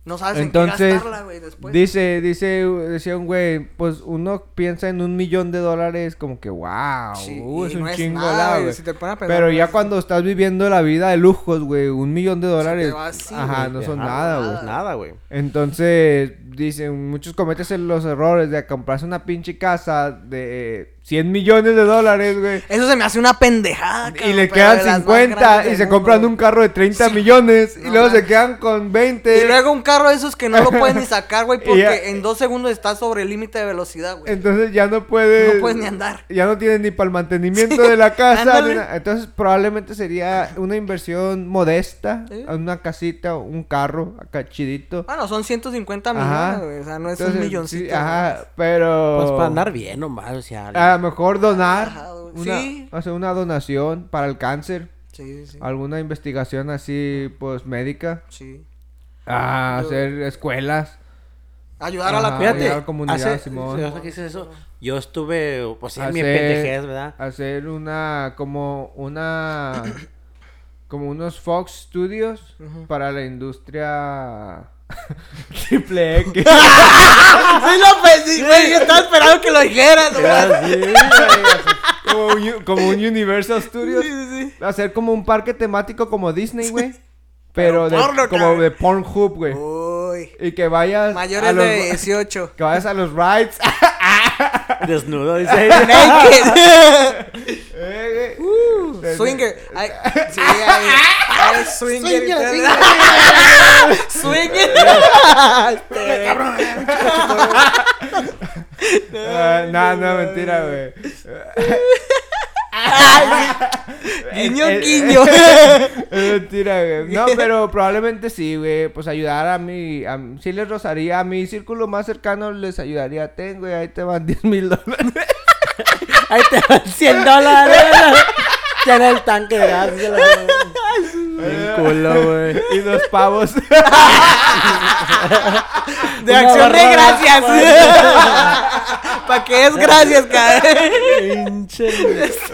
C: no sabes en qué
B: Entonces,
C: gastarla, güey, después.
B: dice, dice, decía un güey, pues uno piensa en un millón de dólares como que, wow,
C: Sí,
B: uh,
C: y
B: es un
C: no es
B: chingo,
C: nada,
B: la,
C: güey,
B: güey.
C: si te pones a pensar, pues,
B: Pero
C: no
B: ya
C: es-
B: cuando estás viviendo la vida de lujos, güey, un millón de dólares,
C: va así,
B: ajá,
C: güey,
B: Ah, no
A: Ajá,
B: son nada, güey.
A: Nada, güey.
B: Entonces, dicen, muchos cometes el- los errores de comprarse una pinche casa de eh, 100 millones de dólares, güey.
C: Eso se me hace una pendejada,
B: Y le
C: cabrón, pero de las
B: quedan
C: más
B: 50
C: grandes
B: y
C: del
B: se
C: mundo,
B: compran
C: güey.
B: un carro de 30
C: Sí.
B: millones y
C: No
B: luego se
C: mames.
B: quedan con 20.
C: Y luego un carro de esos que no lo pueden ni sacar, güey,
B: Y
C: porque
B: ya-
C: en dos segundos está sobre el límite de velocidad, güey.
B: Entonces ya no puedes...
C: No puedes ni andar.
B: Ya no tienes ni para el mantenimiento de la casa. ni
C: ándale.
B: na- Entonces probablemente sería una inversión modesta.
C: Sí.
B: Una casita, un carro acá chidito.
C: Bueno, son 150
B: Ajá.
C: millones, güey. O sea, no es
B: Entonces,
C: un
B: sí,
C: milloncito.
B: ajá, pero...
A: Pues para andar bien nomás, o sea.
B: A lo mejor donar.
C: Ajá, güey.
B: Una,
C: Sí.
B: Hacer una donación para el cáncer.
C: Sí, sí.
B: Alguna investigación así, pues, médica.
C: Sí.
B: Ah,
C: Yo-
B: hacer escuelas.
C: Ayudar a
B: Ajá,
C: la
A: Fíjate,
B: ya, comunidad,
A: hace-
B: Simón.
A: ¿sabes qué es eso? Yo estuve, pues sí, en mi
B: Hacer-
A: pendejez, ¿verdad?
B: Hacer una, como una, como unos Fox Studios para la industria triple X.
C: Sí lo pensé, güey. Yo estaba esperando que lo dijeras, güey.
B: Así, güey, así. como, un, uni- como un Universal Studios.
C: Sí, sí, sí.
B: Hacer como un parque temático como Disney, güey. Pero,
C: Pero
B: de,
C: porno,
B: como
C: cabrón. Oh.
B: de Pornhub, güey.
C: Uy.
B: Y que vayas a
C: Mayores
B: los,
C: de 18.
B: que vayas a los rides.
A: Desnudo, dice.
C: Naked.
B: Eh, eh.
A: Uh,
B: Desde-
C: Swinger. Ay, sí, ay, ay, swinger. y
B: Swinger,
C: tal. Swinger. Este,
B: Ah, no, no, mentira, güey.
C: Guiño,
B: Eh, eh,
C: guiño.
B: Es mentira, güey. No, pero probablemente sí, güey. Pues ayudar a mi. A, sí les rozaría. A mi círculo más cercano les ayudaría. Ten, güey, ahí te van 10 mil dólares.
A: Ahí te van 100 dólares. Tiene el tanque, gracias. Un culo, güey.
B: y dos pavos.
C: De
A: Una
C: acción de
A: barra-
C: gracias. ¿Para qué es gracias, cabrón?
A: Pinche.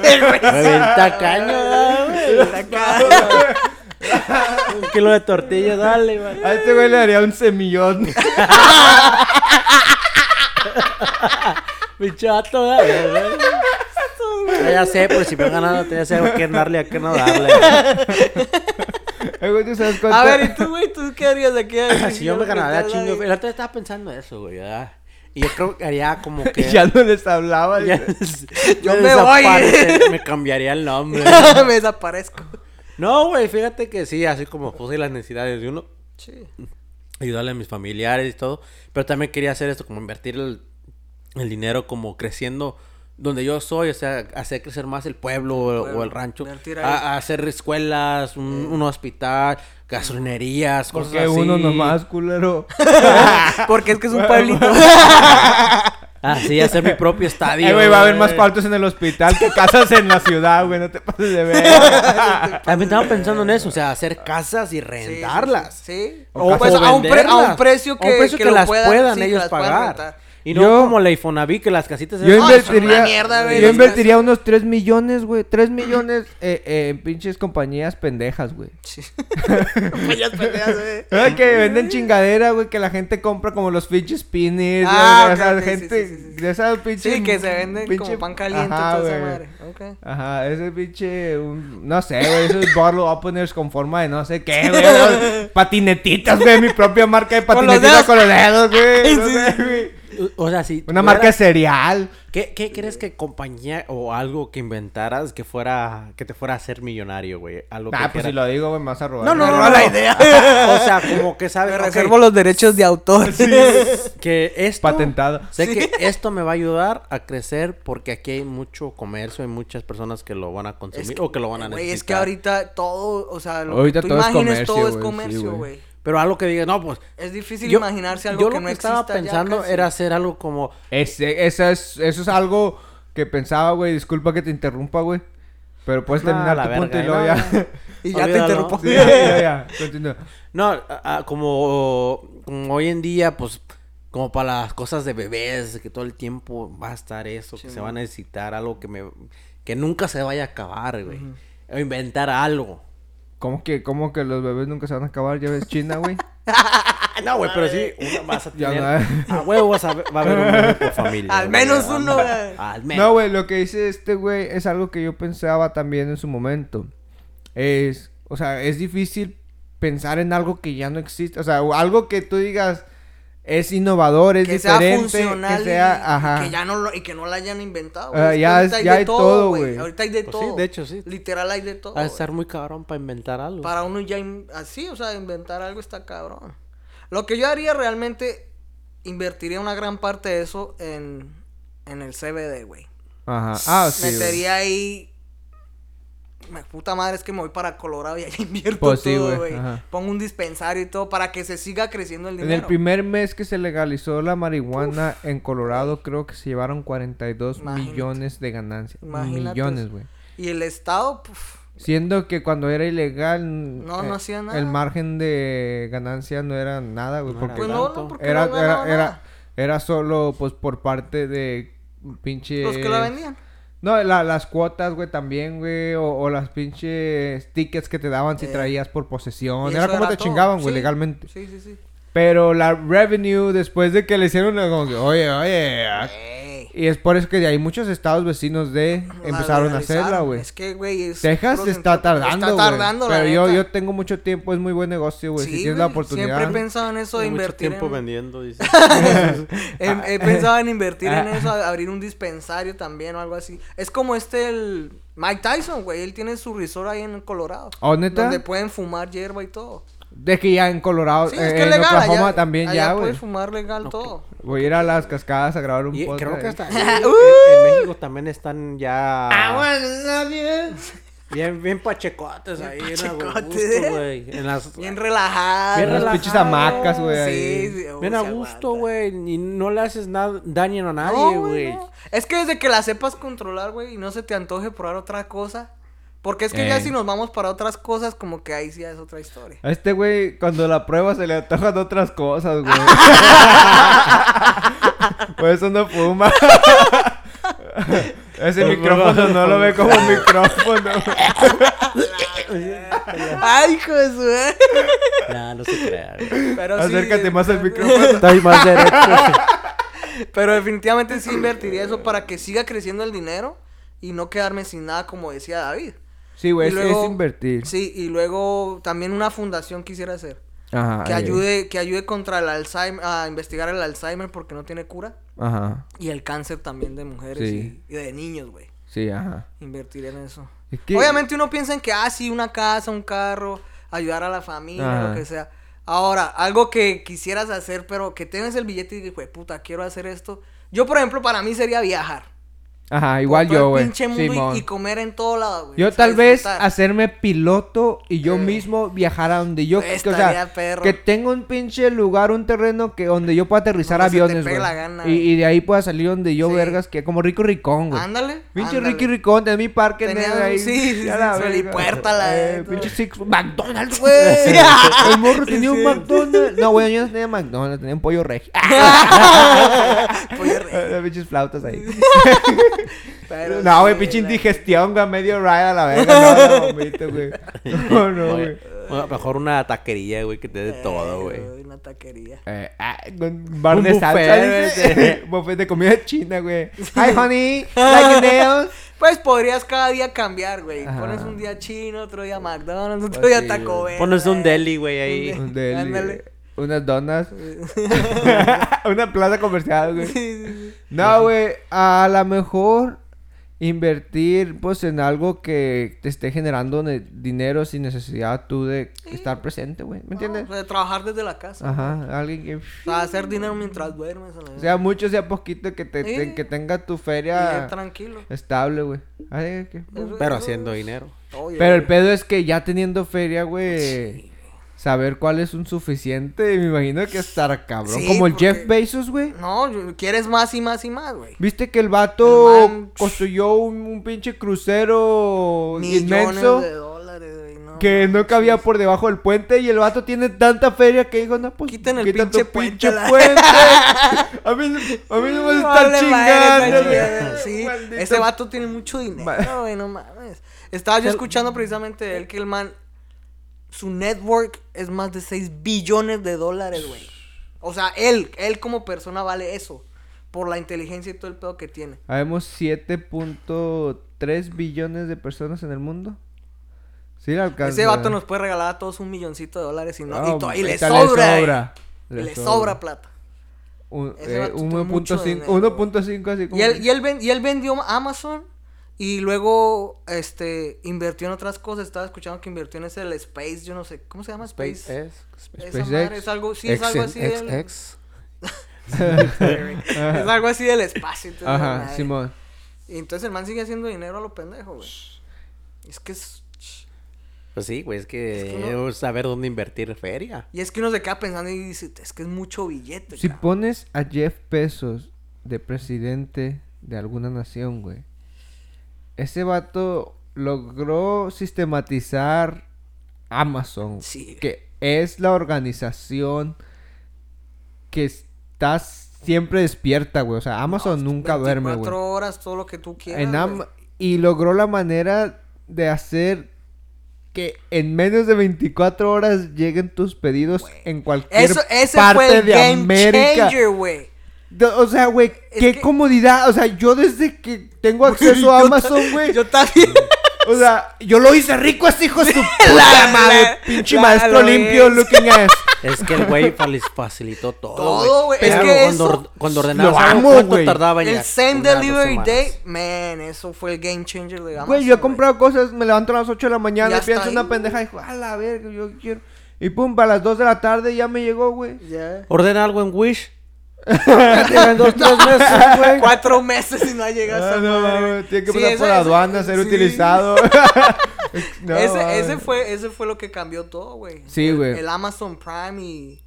A: Bien tacaño, ¿verdad, güey. Un kilo de tortilla, dale, güey.
B: a este güey le daría un semillón.
A: Mi chato, ¿verdad? Ya, ya sé, pues si me ganando, ya sé a qué darle, a qué no darle.
B: Eh, güey, ¿tú sabes cuánto?
C: A ver, ¿y tú, güey? ¿Tú qué harías de aquí? a-
A: Ah, Si yo me ganara,
C: Dale.
A: chingo. El otro día estaba pensando eso, güey. ¿verdad? Y yo creo que haría como
B: Y
A: que.
B: ya no les hablaba.
A: Ya-
B: dice.
C: Yo
A: me
C: me voy.
A: desaparte- Me cambiaría el nombre.
C: Me desaparezco.
A: No, güey, fíjate que sí, así como puse las necesidades de uno,
C: Sí.
A: ayudarle a mis familiares y todo. Pero también quería hacer esto, como invertir el, el dinero, como creciendo donde yo soy, o sea, hacer crecer más el pueblo o- o el
C: Pueblo,
A: rancho.
C: invertir ahí.
A: A, a hacer escuelas, un, un hospital, gasolinerías, cosas
B: Porque
A: así.
B: uno nomás, culero.
C: Porque es que es un pueblito.
A: Así, Ah, hacer mi propio estadio.
B: Eh, güey, va a haber más
A: güey.
B: cuartos en el hospital que casas en la ciudad, güey. No te pases de ver.
A: También Ah, estaba pensando en eso, o sea, hacer casas y rentarlas.
C: Sí.
A: O,
C: O pues, a, un pre- a un
A: venderlas.
C: precio
A: A
C: que,
A: un precio
C: que
A: que
C: lo
A: las
C: puedan,
A: puedan
C: sí, que
A: ellos
C: las puedan
A: pagar.
C: rentar.
A: Y no
B: Yo-
A: como la Infonavit, que las casitas...
B: Yo
A: esas-
C: No, es
B: invertiría,
C: una mierda, güey,
B: yo
C: las
B: invertiría unos 3 millones, güey. 3 millones eh, eh, en pinches compañías pendejas, güey.
C: Sí. Pues Payas peleas, güey.
B: Ay, que venden chingadera, güey, que la gente compra como los pinches pines.
C: Ah,
B: güey,
C: ok,
B: o sea,
C: ok, sí,
B: gente
C: sí, sí, sí.
B: de esas pinches.
C: Sí, que se venden
B: pinche-
C: como pan caliente,
B: Ajá,
C: toda esa
B: güey.
C: madre. Ok.
B: Ajá, ese pinche, un- no sé, güey, esos bottle openers con forma de no sé qué, güey, unos patinetitas, güey, mi propia marca de
C: Con los
B: patinetitas
C: dedos.
B: con los dedos, güey,
C: Sí,
B: no
C: sí,
B: sé,
C: sí.
B: güey.
A: O sea, si...
B: Una
A: tuviera-
B: marca de cereal.
A: ¿Qué, ¿Qué crees que compañía o algo que inventaras que fuera... Que te fuera a hacer millonario, güey? Algo
B: Ah,
A: que
B: pues
A: fuera-
B: si lo digo, güey, me vas a robar.
A: No, no,
C: Me
A: no,
C: roba
A: no.
C: la idea.
A: O sea, como que sabes...
C: Me
A: ok,
C: reservo los derechos de autor.
A: Que esto...
B: Patentado.
A: Sé que esto me va a ayudar a crecer porque aquí hay mucho comercio, hay muchas personas que lo van a consumir o que lo van a necesitar.
C: Güey, es que ahorita todo, o sea, lo
B: Ahorita
C: que tú
B: todo es
C: imagines
B: comercio,
C: todo es
B: güey, sí,
C: comercio,
B: güey.
C: güey.
A: Pero algo que diga, no, pues...
C: Es difícil
A: Yo-
C: imaginarse algo
A: yo
C: que
A: lo
C: no
A: que
C: exista.
A: estaba
C: ya
A: pensando
C: casi.
A: era hacer algo como
B: Ese, esa es, eso es algo que pensaba, güey. Disculpa que te interrumpa, güey. Pero
C: Pues
B: puedes
A: Nah,
B: terminar
A: "Ah, la
B: tu punto
A: verga,
B: y luego
A: no,
B: ya.
A: no.
C: Y ya
A: Olvídalo.
C: te interrumpo.
B: Sí, ya, ya, ya. Continúa.
A: no a- a- como como hoy en día pues como para las cosas de bebés que todo el tiempo va a estar eso que se va a necesitar algo que me que nunca se vaya a acabar güey o inventar algo
B: ¿Cómo que, cómo que los bebés nunca se van a acabar? Ya ves China, güey.
A: Ah, no güey pero sí uno vas a
B: Ya
A: tener
B: no.
A: a huevo vas a ver- va a haber un bebé por familia
C: eh. Al
A: güey,
C: menos
A: a-
C: uno, güey.
A: al menos
B: No, güey, lo que dice este güey es algo que yo pensaba también en su momento. Es, o sea, es difícil pensar en algo que ya no existe. O sea, o algo que tú digas es innovador, es
C: que sea
B: diferente.
C: funcional
B: que
C: y-
B: sea, ajá.
C: y que ya no lo, y que no la hayan inventado.
B: Ah,
C: güey. Es que
B: ya
C: ahorita
B: es- ya hay todo, güey.
C: Ahorita hay de
A: Pues sí,
C: todo.
A: de hecho, sí.
C: Literal hay de todo.
A: va a
C: güey.
A: estar muy cabrón para inventar algo
C: Para uno ya in- así, o sea, inventar algo está cabrón. Lo que yo haría realmente invertiría una gran parte de eso en en el CBD, güey.
B: Ajá. Ah, sí. güey.
C: Metería ahí me puta madre es que me voy para Colorado y ahí invierto
B: Pues sí,
C: todo,
B: güey,
C: güey.
B: ajá.
C: Pongo un dispensario y todo para que se siga creciendo el
B: En
C: dinero.
B: el primer mes que se legalizó la marihuana en Colorado, creo que se llevaron 42
C: Imagínate.
B: millones de ganancias.
C: Imagínate
B: Millones,
C: eso.
B: güey.
C: Y el Estado, puf,
B: Siendo que cuando era ilegal, eh,
C: No, no hacía nada.
B: el margen de ganancia no era nada, güey.
A: No
B: porque
A: era Por
C: Pues no,
A: tanto,
C: no, porque
B: era,
C: no
B: era,
C: ganaban
B: era,
C: nada.
B: era solo, pues, por parte de pinche...
C: Los que la vendían.
B: No, la- las cuotas, güey, también, güey, o, o las pinches tickets que te daban si
C: Eh,
B: traías por posesión.
C: Y
B: Era
C: eso
B: como te
C: todo.
B: chingaban, güey,
C: Sí,
B: legalmente.
C: Sí, sí, sí.
B: Pero la revenue, después de que le hicieron, era como que, oye, oye... ah".
C: Ey,
B: Y es por eso que de ahí muchos estados vecinos de
C: la
B: empezaron a
C: legalizaron.
B: hacerla, güey.
C: Es que, güey, es
B: Texas
C: puro
B: está
C: centro-
B: tardando,
C: Está
B: güey.
C: tardando, la
B: Pero yo,
C: neta.
B: yo tengo mucho tiempo, es muy buen negocio, güey.
C: Sí,
B: si tienes la
C: güey,
B: oportunidad.
C: Siempre he pensado en eso de
A: Tiene mucho
C: invertir
A: tiempo
C: en...
A: vendiendo, dice.
C: Em-
B: Ah,
C: He, pensado
B: eh.
C: en invertir en eso, a- abrir un dispensario también o algo así. Es como este el Mike Tyson, güey. Él tiene su resort ahí en Colorado.
B: ¿Oh, neta?
C: Donde pueden fumar hierba y todo.
B: De que ya en Colorado,
C: Sí,
B: eh,
C: es que es
B: en
C: legal.
B: Oklahoma
C: allá-
B: también
C: allá
B: ya, güey.
C: puedes fumar legal todo.
B: Voy a ir a las cascadas a grabar un
A: Y
B: podcast.
A: creo que hasta
B: ahí.
A: en, en
C: Uh.
A: México también están
C: Ah,
A: ya bien, bien pachecotes ahí en
C: pachecotes, ¿eh?
A: Augusto, güey. En las
C: Bien relajado.
A: Bien
B: Unas pinches hamacas, güey.
C: Sí,
B: ahí.
C: sí, oh,
A: Bien a
C: se
A: gusto,
C: aguanta.
A: güey. Y no le haces nada daño a nadie,
C: No, güey.
A: güey.
C: no. Es que desde que la sepas controlar, güey, y no se te antoje probar otra cosa. Porque es que ya
B: Ey.
C: si nos vamos para otras cosas, como que ahí sí ya es otra historia.
B: A este güey, cuando la prueba se le antojan otras cosas, güey. Por eso no fuma. Ese
A: Por
B: micrófono
A: favor.
B: no lo ve como micrófono. güey.
C: Ay, hijo de su-
A: No, no se crea, güey.
C: Pero sí,
B: Acércate
C: de-
B: más al micrófono.
A: Estoy más derecho.
C: Pero definitivamente sí invertiría eso para que siga creciendo el dinero y no quedarme sin nada, como decía David.
B: Sí, güey,
C: Y
B: es,
C: luego-
B: es invertir.
C: Sí, y luego también una fundación quisiera hacer.
B: Ajá,
C: Que
B: ahí.
C: ayude, que ayude contra el Alzheimer, a investigar el Alzheimer porque no tiene cura.
B: Ajá.
C: Y el cáncer también de mujeres
B: Sí.
C: y, y de niños, güey.
B: Sí, ajá.
C: Invertir en eso.
B: Es que-
C: Obviamente uno piensa en que, ah, sí, una casa, un carro, ayudar a la familia,
B: Ajá.
C: lo que sea. Ahora, algo que quisieras hacer, pero que tienes el billete y dices, "Jue puta, quiero hacer esto. Yo, por ejemplo, para mí sería viajar.
B: Ajá, igual
C: Por todo
B: yo,
C: el
B: güey.
C: pinche mundo
B: Simón.
C: y- y, comer en todo lado, güey. O
B: Yo
C: sea,
B: tal vez
C: disfrutar.
B: hacerme piloto y yo
C: Eh.
B: mismo viajar a donde yo
C: Pues,
B: que, o
C: estaría
B: sea,
C: perro.
B: que tenga un pinche lugar, un terreno que donde yo pueda aterrizar
C: Donde se te
B: aviones,
C: pegue
B: güey.
C: la gana,
B: Y,
C: güey.
B: y de ahí pueda salir donde yo
C: Sí.
B: vergas que como Rico Ricón, güey.
C: Ándale.
B: Pinche
C: ándale.
B: Ricky Ricón, de mi parque
C: Tenía
B: negro
C: un-
B: ahí.
C: sí, sí,
B: a
C: sí, su
B: verga. Eh,
C: helipuerta, la de todo.
B: Pinche Six McDonald's, güey.
C: Sí.
B: El morro
C: Sí,
B: tenía un
C: cierto.
B: McDonald's. No, güey, yo no tenía McDonald's, tenía un pollo regio.
C: Pollo rey.
B: Las pinches flautas ahí.
C: Pero
B: no, güey,
C: sí,
B: pinche
C: la-
B: indigestión, güey, a medio ride a la verga. No, no, vomito, güey. No, no, güey.
A: Oye, bueno, mejor una taquería, güey, que te dé
C: Eh,
A: todo, güey.
C: Una taquería.
B: Eh, ah, con bar
A: Un
B: de salsa,
A: buffet,
B: dice.
A: güey.
B: buffet de comida china, güey. Hi, honey. Like your nails.
C: Pues podrías cada día cambiar, güey.
B: Ajá.
C: Pones un día chino, otro día McDonald's, otro
B: Pues
C: día
B: sí,
C: Taco
B: güey.
C: Bell.
A: Pones un
C: güey.
A: deli, güey, ahí.
B: Un deli,
C: Ándale.
B: güey. Unas donas. Una plaza comercial, güey.
C: Sí, sí, sí.
B: No, güey, a lo mejor invertir pues en algo que te esté generando ne- dinero sin necesidad tú de estar presente, güey. ¿Me entiendes?
C: No, o sea, trabajar desde la casa.
B: Ajá, alguien que
C: O sea, hacer dinero mientras duermes. a la vez.
B: sea mucho, sea poquito, que, te, te-
C: Sí.
B: que tenga tu
C: Y
B: feria
C: bien tranquilo.
B: estable, güey. Ay, qué-
C: Eso-
A: Pero
C: eso-
A: haciendo dinero.
C: Oye,
B: Pero el pedo es que ya teniendo feria, güey, saber cuál es un suficiente, me imagino que estar cabrón.
C: Sí,
B: Como el
C: porque-
B: Jeff Bezos, güey.
C: No, yo- quieres más y más y más, güey.
B: ¿Viste que el vato
C: El man-
B: construyó un, un pinche crucero
C: Millones
B: Pues inmenso
C: de dólares, güey. No,
B: que no cabía por debajo del puente y el vato tiene tanta feria que dijo, no, pues
C: Quiten el
B: quita
C: pinche
B: tu
C: puente
B: pinche
C: a la-
B: puente. a mí, no- a mí no me vas a estar
C: Mm, Vale, madre,
B: chingando.
C: está chingando. Sí, este
B: Maldito.
C: ese vato tiene mucho
B: Ma-
C: dinero, güey, no mames. Estaba yo escuchando precisamente de él que el man, su network es más de 6 billones de dólares, güey. O sea, él, él como persona vale eso. Por la inteligencia y todo el pedo que tiene.
B: Habemos 7.3 billones de personas en el mundo. Sí, le alcanza.
C: Ese vato nos puede regalar a todos un milloncito de dólares y, no,
B: Ah,
C: y, to- y le
B: ahorita
C: sobra. eh. Y
B: le
C: Le
B: sobra.
C: sobra plata.
B: Un-
C: Ese
B: eh,
C: vato tiene
B: 1.5
C: mucho dinero,
B: 1.5 así como.
C: Y él, y, él ven- y él vendió Amazon y luego este invirtió en otras cosas. Estaba escuchando que invirtió en ese el Space, yo no sé, ¿cómo se llama Space? Esa
B: eh, SpaceX.
C: madre es algo, Pues, sí, es algo así del, es
B: Ajá,
C: algo así del espacio. entonces,
B: Ajá,
C: madre.
B: Simón.
C: Y entonces el man sigue haciendo dinero a lo pendejo, güey. Es que es...
A: Pues sí, güey, es que,
C: Es que no-
A: saber dónde invertir feria.
C: Y es que uno se queda pensando y dice, es que es mucho billete.
B: Si
C: Este cabrón".
B: pones a Jeff Bezos de presidente de alguna nación, güey. Ese vato logró sistematizar Amazon,
C: Sí.
B: que es la organización que está siempre despierta, güey. O sea, Amazon nunca duerme, güey.
C: 24 este horas, todo lo que tú quieras.
B: En Am-
C: güey.
B: y logró la manera de hacer que en menos de 24 horas lleguen tus pedidos en cualquier
C: Eso, ese
B: parte
C: fue el
B: de
C: game
B: América.
C: changer, güey.
B: Do- O sea, güey,
C: Es
B: qué
C: que-
B: comodidad. O sea, yo desde que tengo acceso
C: Yo
B: a
C: ta-
B: Amazon, güey.
C: Yo también.
B: O sea, yo lo hice rico a este hijo de su puta
C: La-
B: madre.
C: la-
B: pinche
C: la-
B: maestro
C: lo
B: limpio
C: es.
B: looking ass.
A: Es que el güey fa- les facilitó todo.
C: Todo, güey. Es
A: Pero
C: que
A: cuando,
C: eso-
A: or- cuando ordenabas
B: Lo
A: algo,
B: amo,
A: ¿cuánto
B: güey.
A: tardaba en
C: el
A: llegar?
C: same
A: Una, dos
C: delivery
A: semanas.
C: day, man, eso fue el game changer de Amazon.
B: Güey, yo he comprado cosas, me levanto a las 8 de la mañana
C: Ya
B: y pienso
C: está ahí,
B: una
C: güey.
B: pendeja y digo, a la verga, yo quiero. Y pum, para las 2 de la tarde ya me llegó, güey.
C: Ya.
A: Ordena algo en Wish. Llegan dos, tres meses, güey.
C: Cuatro meses y no ha llegado
B: Ah,
C: esa
B: no,
C: madre.
B: mames, tiene que
C: Sí,
B: pasar
C: ese-
B: por la
C: ese-
B: aduana, ser
C: sí.
B: utilizado. No,
C: ese,
B: mames.
C: ese, fue, ese fue lo que cambió todo, güey.
B: Sí,
C: El-
B: güey.
C: El, Amazon Prime y.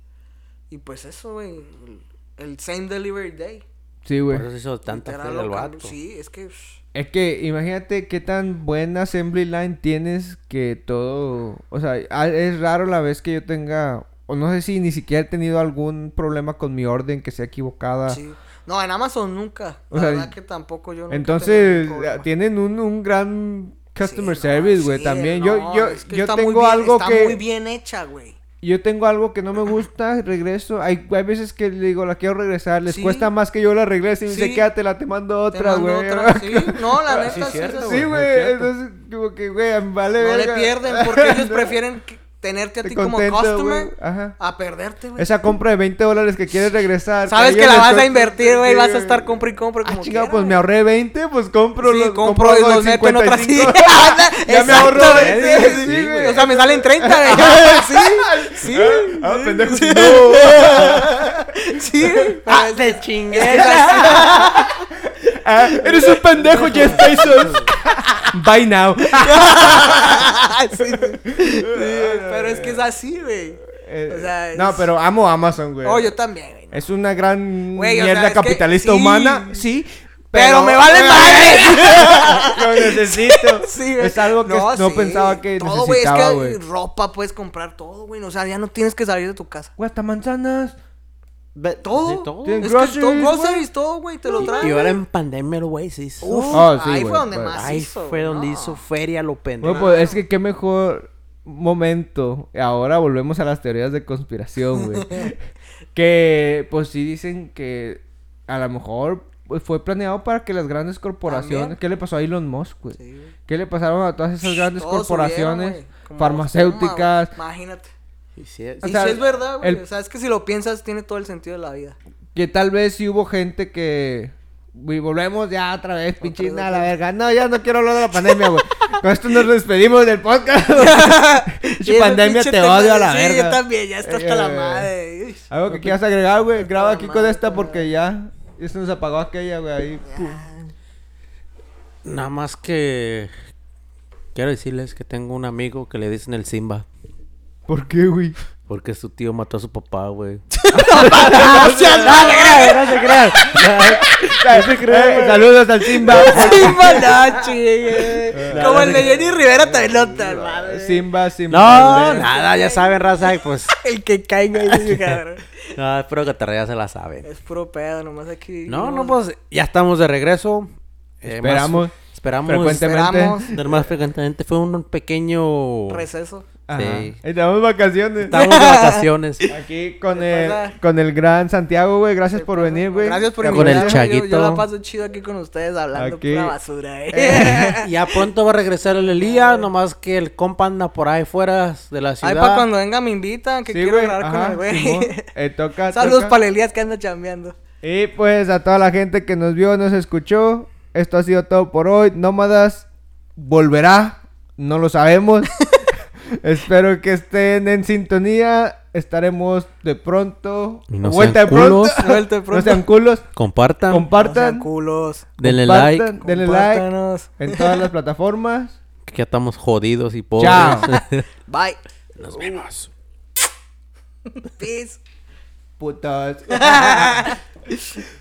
C: Y pues eso, güey. El, el same delivery day.
B: Sí, güey.
A: Por eso hizo tanta
C: Literal,
A: fila el
C: lo cambió.
A: vato.
C: Sí, es que. pff,
B: Es que imagínate qué tan buena assembly line tienes que todo... O sea, a- es raro la vez que yo tenga... O no sé si ni siquiera he tenido algún problema con mi orden que sea equivocada.
C: sí. No, en Amazon nunca.
B: O
C: la
B: sea,
C: verdad que tampoco yo nunca he
B: Entonces, ah,
C: tenido problema.
B: tienen un, un gran customer
C: Sí, no,
B: service, güey.
C: sí,
B: también
C: no,
B: yo, yo,
C: es que
B: yo
C: está muy
B: tengo
C: bien-
B: algo
C: está
B: que...
C: muy bien hecha, güey.
B: Yo tengo algo que no me gusta, regreso. Hay, hay veces que le digo, la quiero regresar. Les
C: Sí.
B: cuesta más que yo la regrese. Y me dice,
C: Sí.
B: quédatela, te mando
C: Te
B: otra,
C: mando
B: güey.
C: otra, sí. No, la
A: Sí,
C: neta, sí,
A: cierto,
C: es así.
B: Sí,
A: güey,
B: güey.
A: es cierto.
B: entonces, como que, güey, vale,
C: No le
B: verga.
C: pierden porque ellos prefieren que- tenerte a
B: Te
C: ti como
B: contento,
C: customer
B: güey. Ajá.
C: a perderte, güey.
B: Esa compra de 20 dólares que quieres regresar.
C: Sabes que
B: ellos
C: la
B: les
C: vas a
B: cuesta-
C: invertir, güey,
B: Sí,
C: vas a estar compra y compra
B: Ah,
C: como
B: chingado,
C: quiera,
B: pues
C: güey.
B: me ahorré 20, pues compro
C: Sí,
B: los
C: compro y
B: algo de
C: los meto en otra sí.
B: 55.
C: Anda,
B: Ya me ahorro
C: exacto,
B: de-
C: güey,
B: sí,
C: sí,
B: sí,
C: güey.
B: güey.
C: O sea, me salen 30, güey. Sí,
B: Ah, pendejo. No.
C: sí, sí. güey.
A: Ah, te chingué.
B: Ah, eres un pendejo, Jeff Bezos. Bye now.
C: Sí, sí. Sí, Pero es que es así, güey.
B: Eh,
C: O sea,
B: no,
C: es-
B: pero amo Amazon, güey.
C: Oh, yo también, güey.
B: Es una gran
C: Güey, o sea,
B: mierda
C: es que-
B: capitalista
C: sí.
B: humana, sí.
C: Pero me vale madre.
B: Lo necesito.
C: Sí, güey.
B: es algo que no,
C: sí.
B: pensaba que
C: Todo, güey, es
B: necesitaba,
C: que
B: güey.
C: ropa puedes comprar todo, güey. O sea, ya no tienes que salir de tu casa.
B: Güey, hasta manzanas.
C: Todo.
A: Sí, todo.
B: Tienen
C: Oh, Es que
B: groceries,
C: todo,
B: güey.
C: groceries, todo, güey, te lo traen.
A: Y ahora en pandemia, el güey, se hizo.
C: Uf,
B: Ah, sí,
C: ahí
B: güey,
C: fue donde
B: pues.
C: más
A: Ahí
C: hizo,
A: fue donde
C: no.
A: hizo feria lo pendejo.
B: Bueno, pues es que qué mejor momento. Ahora volvemos a las teorías de conspiración, güey. que pues sí dicen que a lo mejor pues, fue planeado para que las grandes corporaciones.
C: También.
B: ¿Qué le pasó a Elon Musk, güey?
C: Sí, güey.
B: ¿Qué le pasaron a todas esas grandes
C: Todos
B: corporaciones
C: subieron, güey, como
B: farmacéuticas?
C: espuma, güey. Imagínate.
A: Y sí es-
B: O
C: Y
B: sea,
C: si es verdad, güey.
B: el-
C: O sea, es que si lo piensas, tiene todo el sentido de la vida.
B: Que tal vez sí hubo gente que. güey, volvemos ya otra vez, pinchina, a la
C: vez.
B: verga. No, ya no quiero hablar de la pandemia, güey. Con esto nos despedimos del podcast.
C: Sí,
B: Pinche
C: ese
B: pandemia
C: pinche
B: te
C: tema
B: odio a
C: de-
B: la
C: sí,
B: verga.
C: yo también, ya está hasta la
B: Eh,
C: madre. Uy.
B: Algo que quieras agregar, güey. Graba aquí con
C: madre,
B: esta
C: güey.
B: porque ya. Ya se nos apagó aquella, güey. Ahí. pum.
A: Nada más que. Quiero decirles que tengo un amigo que le dicen el Simba.
B: ¿Por qué, güey?
A: Porque su tío mató a su papá, güey.
B: ¡No se creas! ¡No se creas! ¡No se creas! Saludos al Simba.
C: Simba, no, chingue.
B: Ah.
C: Como el de Jenny Rivera también
A: Ah.
C: lo tal, madre.
B: Simba, Simba.
A: No, nada, ya saben, raza. y Pues.
C: El que caiga ahí, cabrón.
A: No, espero que Tarraya se la saben.
C: Es puro pedo, nomás aquí.
A: No, no, pues ya estamos de regreso. Eh, más-
B: Esperamos.
A: esperamos.
B: Frecuentemente.
C: esperamos.
A: Del más frecuentemente fue un pequeño.
C: Receso.
B: Ajá.
A: Sí.
B: Ahí Tenemos vacaciones.
A: Estamos de vacaciones.
B: Aquí con
C: Se
B: el,
C: pasa.
B: con el gran Santiago, güey. Gracias
C: Se
B: por
C: pasa,
B: venir, güey.
C: güey. Gracias por
A: Ya con el
C: invitarme. Yo- Yo,
A: Chaguito.
C: la paso chido aquí con ustedes hablando
B: Aquí.
C: pura basura, eh.
A: Eh, ya pronto va a regresar el Elías, nomás que el compa anda por ahí fuera de la ciudad.
C: Ahí para cuando venga me invitan, que
B: Sí,
C: quiero
B: güey,
C: hablar con
B: ajá,
C: el güey.
B: Simón. Eh, toca,
C: Saludos
B: toca.
C: para el Elías que anda chambeando.
B: Y pues a toda la gente que nos vio, nos escuchó. Esto ha sido todo por hoy. Nómadas volverá. No lo sabemos. Espero que estén en sintonía. Estaremos de pronto.
A: Y no
B: Vuelta
A: sean
B: de pronto.
A: culos.
C: Vuelta de
B: No
C: pronto.
B: sean culos.
A: Compartan,
C: No sean
B: Compartan.
C: culos.
A: denle
B: compartan,
A: like,
B: Denle like.
C: Compártanos.
B: En todas las plataformas.
A: que ya estamos jodidos y pobres.
B: Chao.
C: Bye.
A: Nos vemos.
C: Peace.
B: Putas.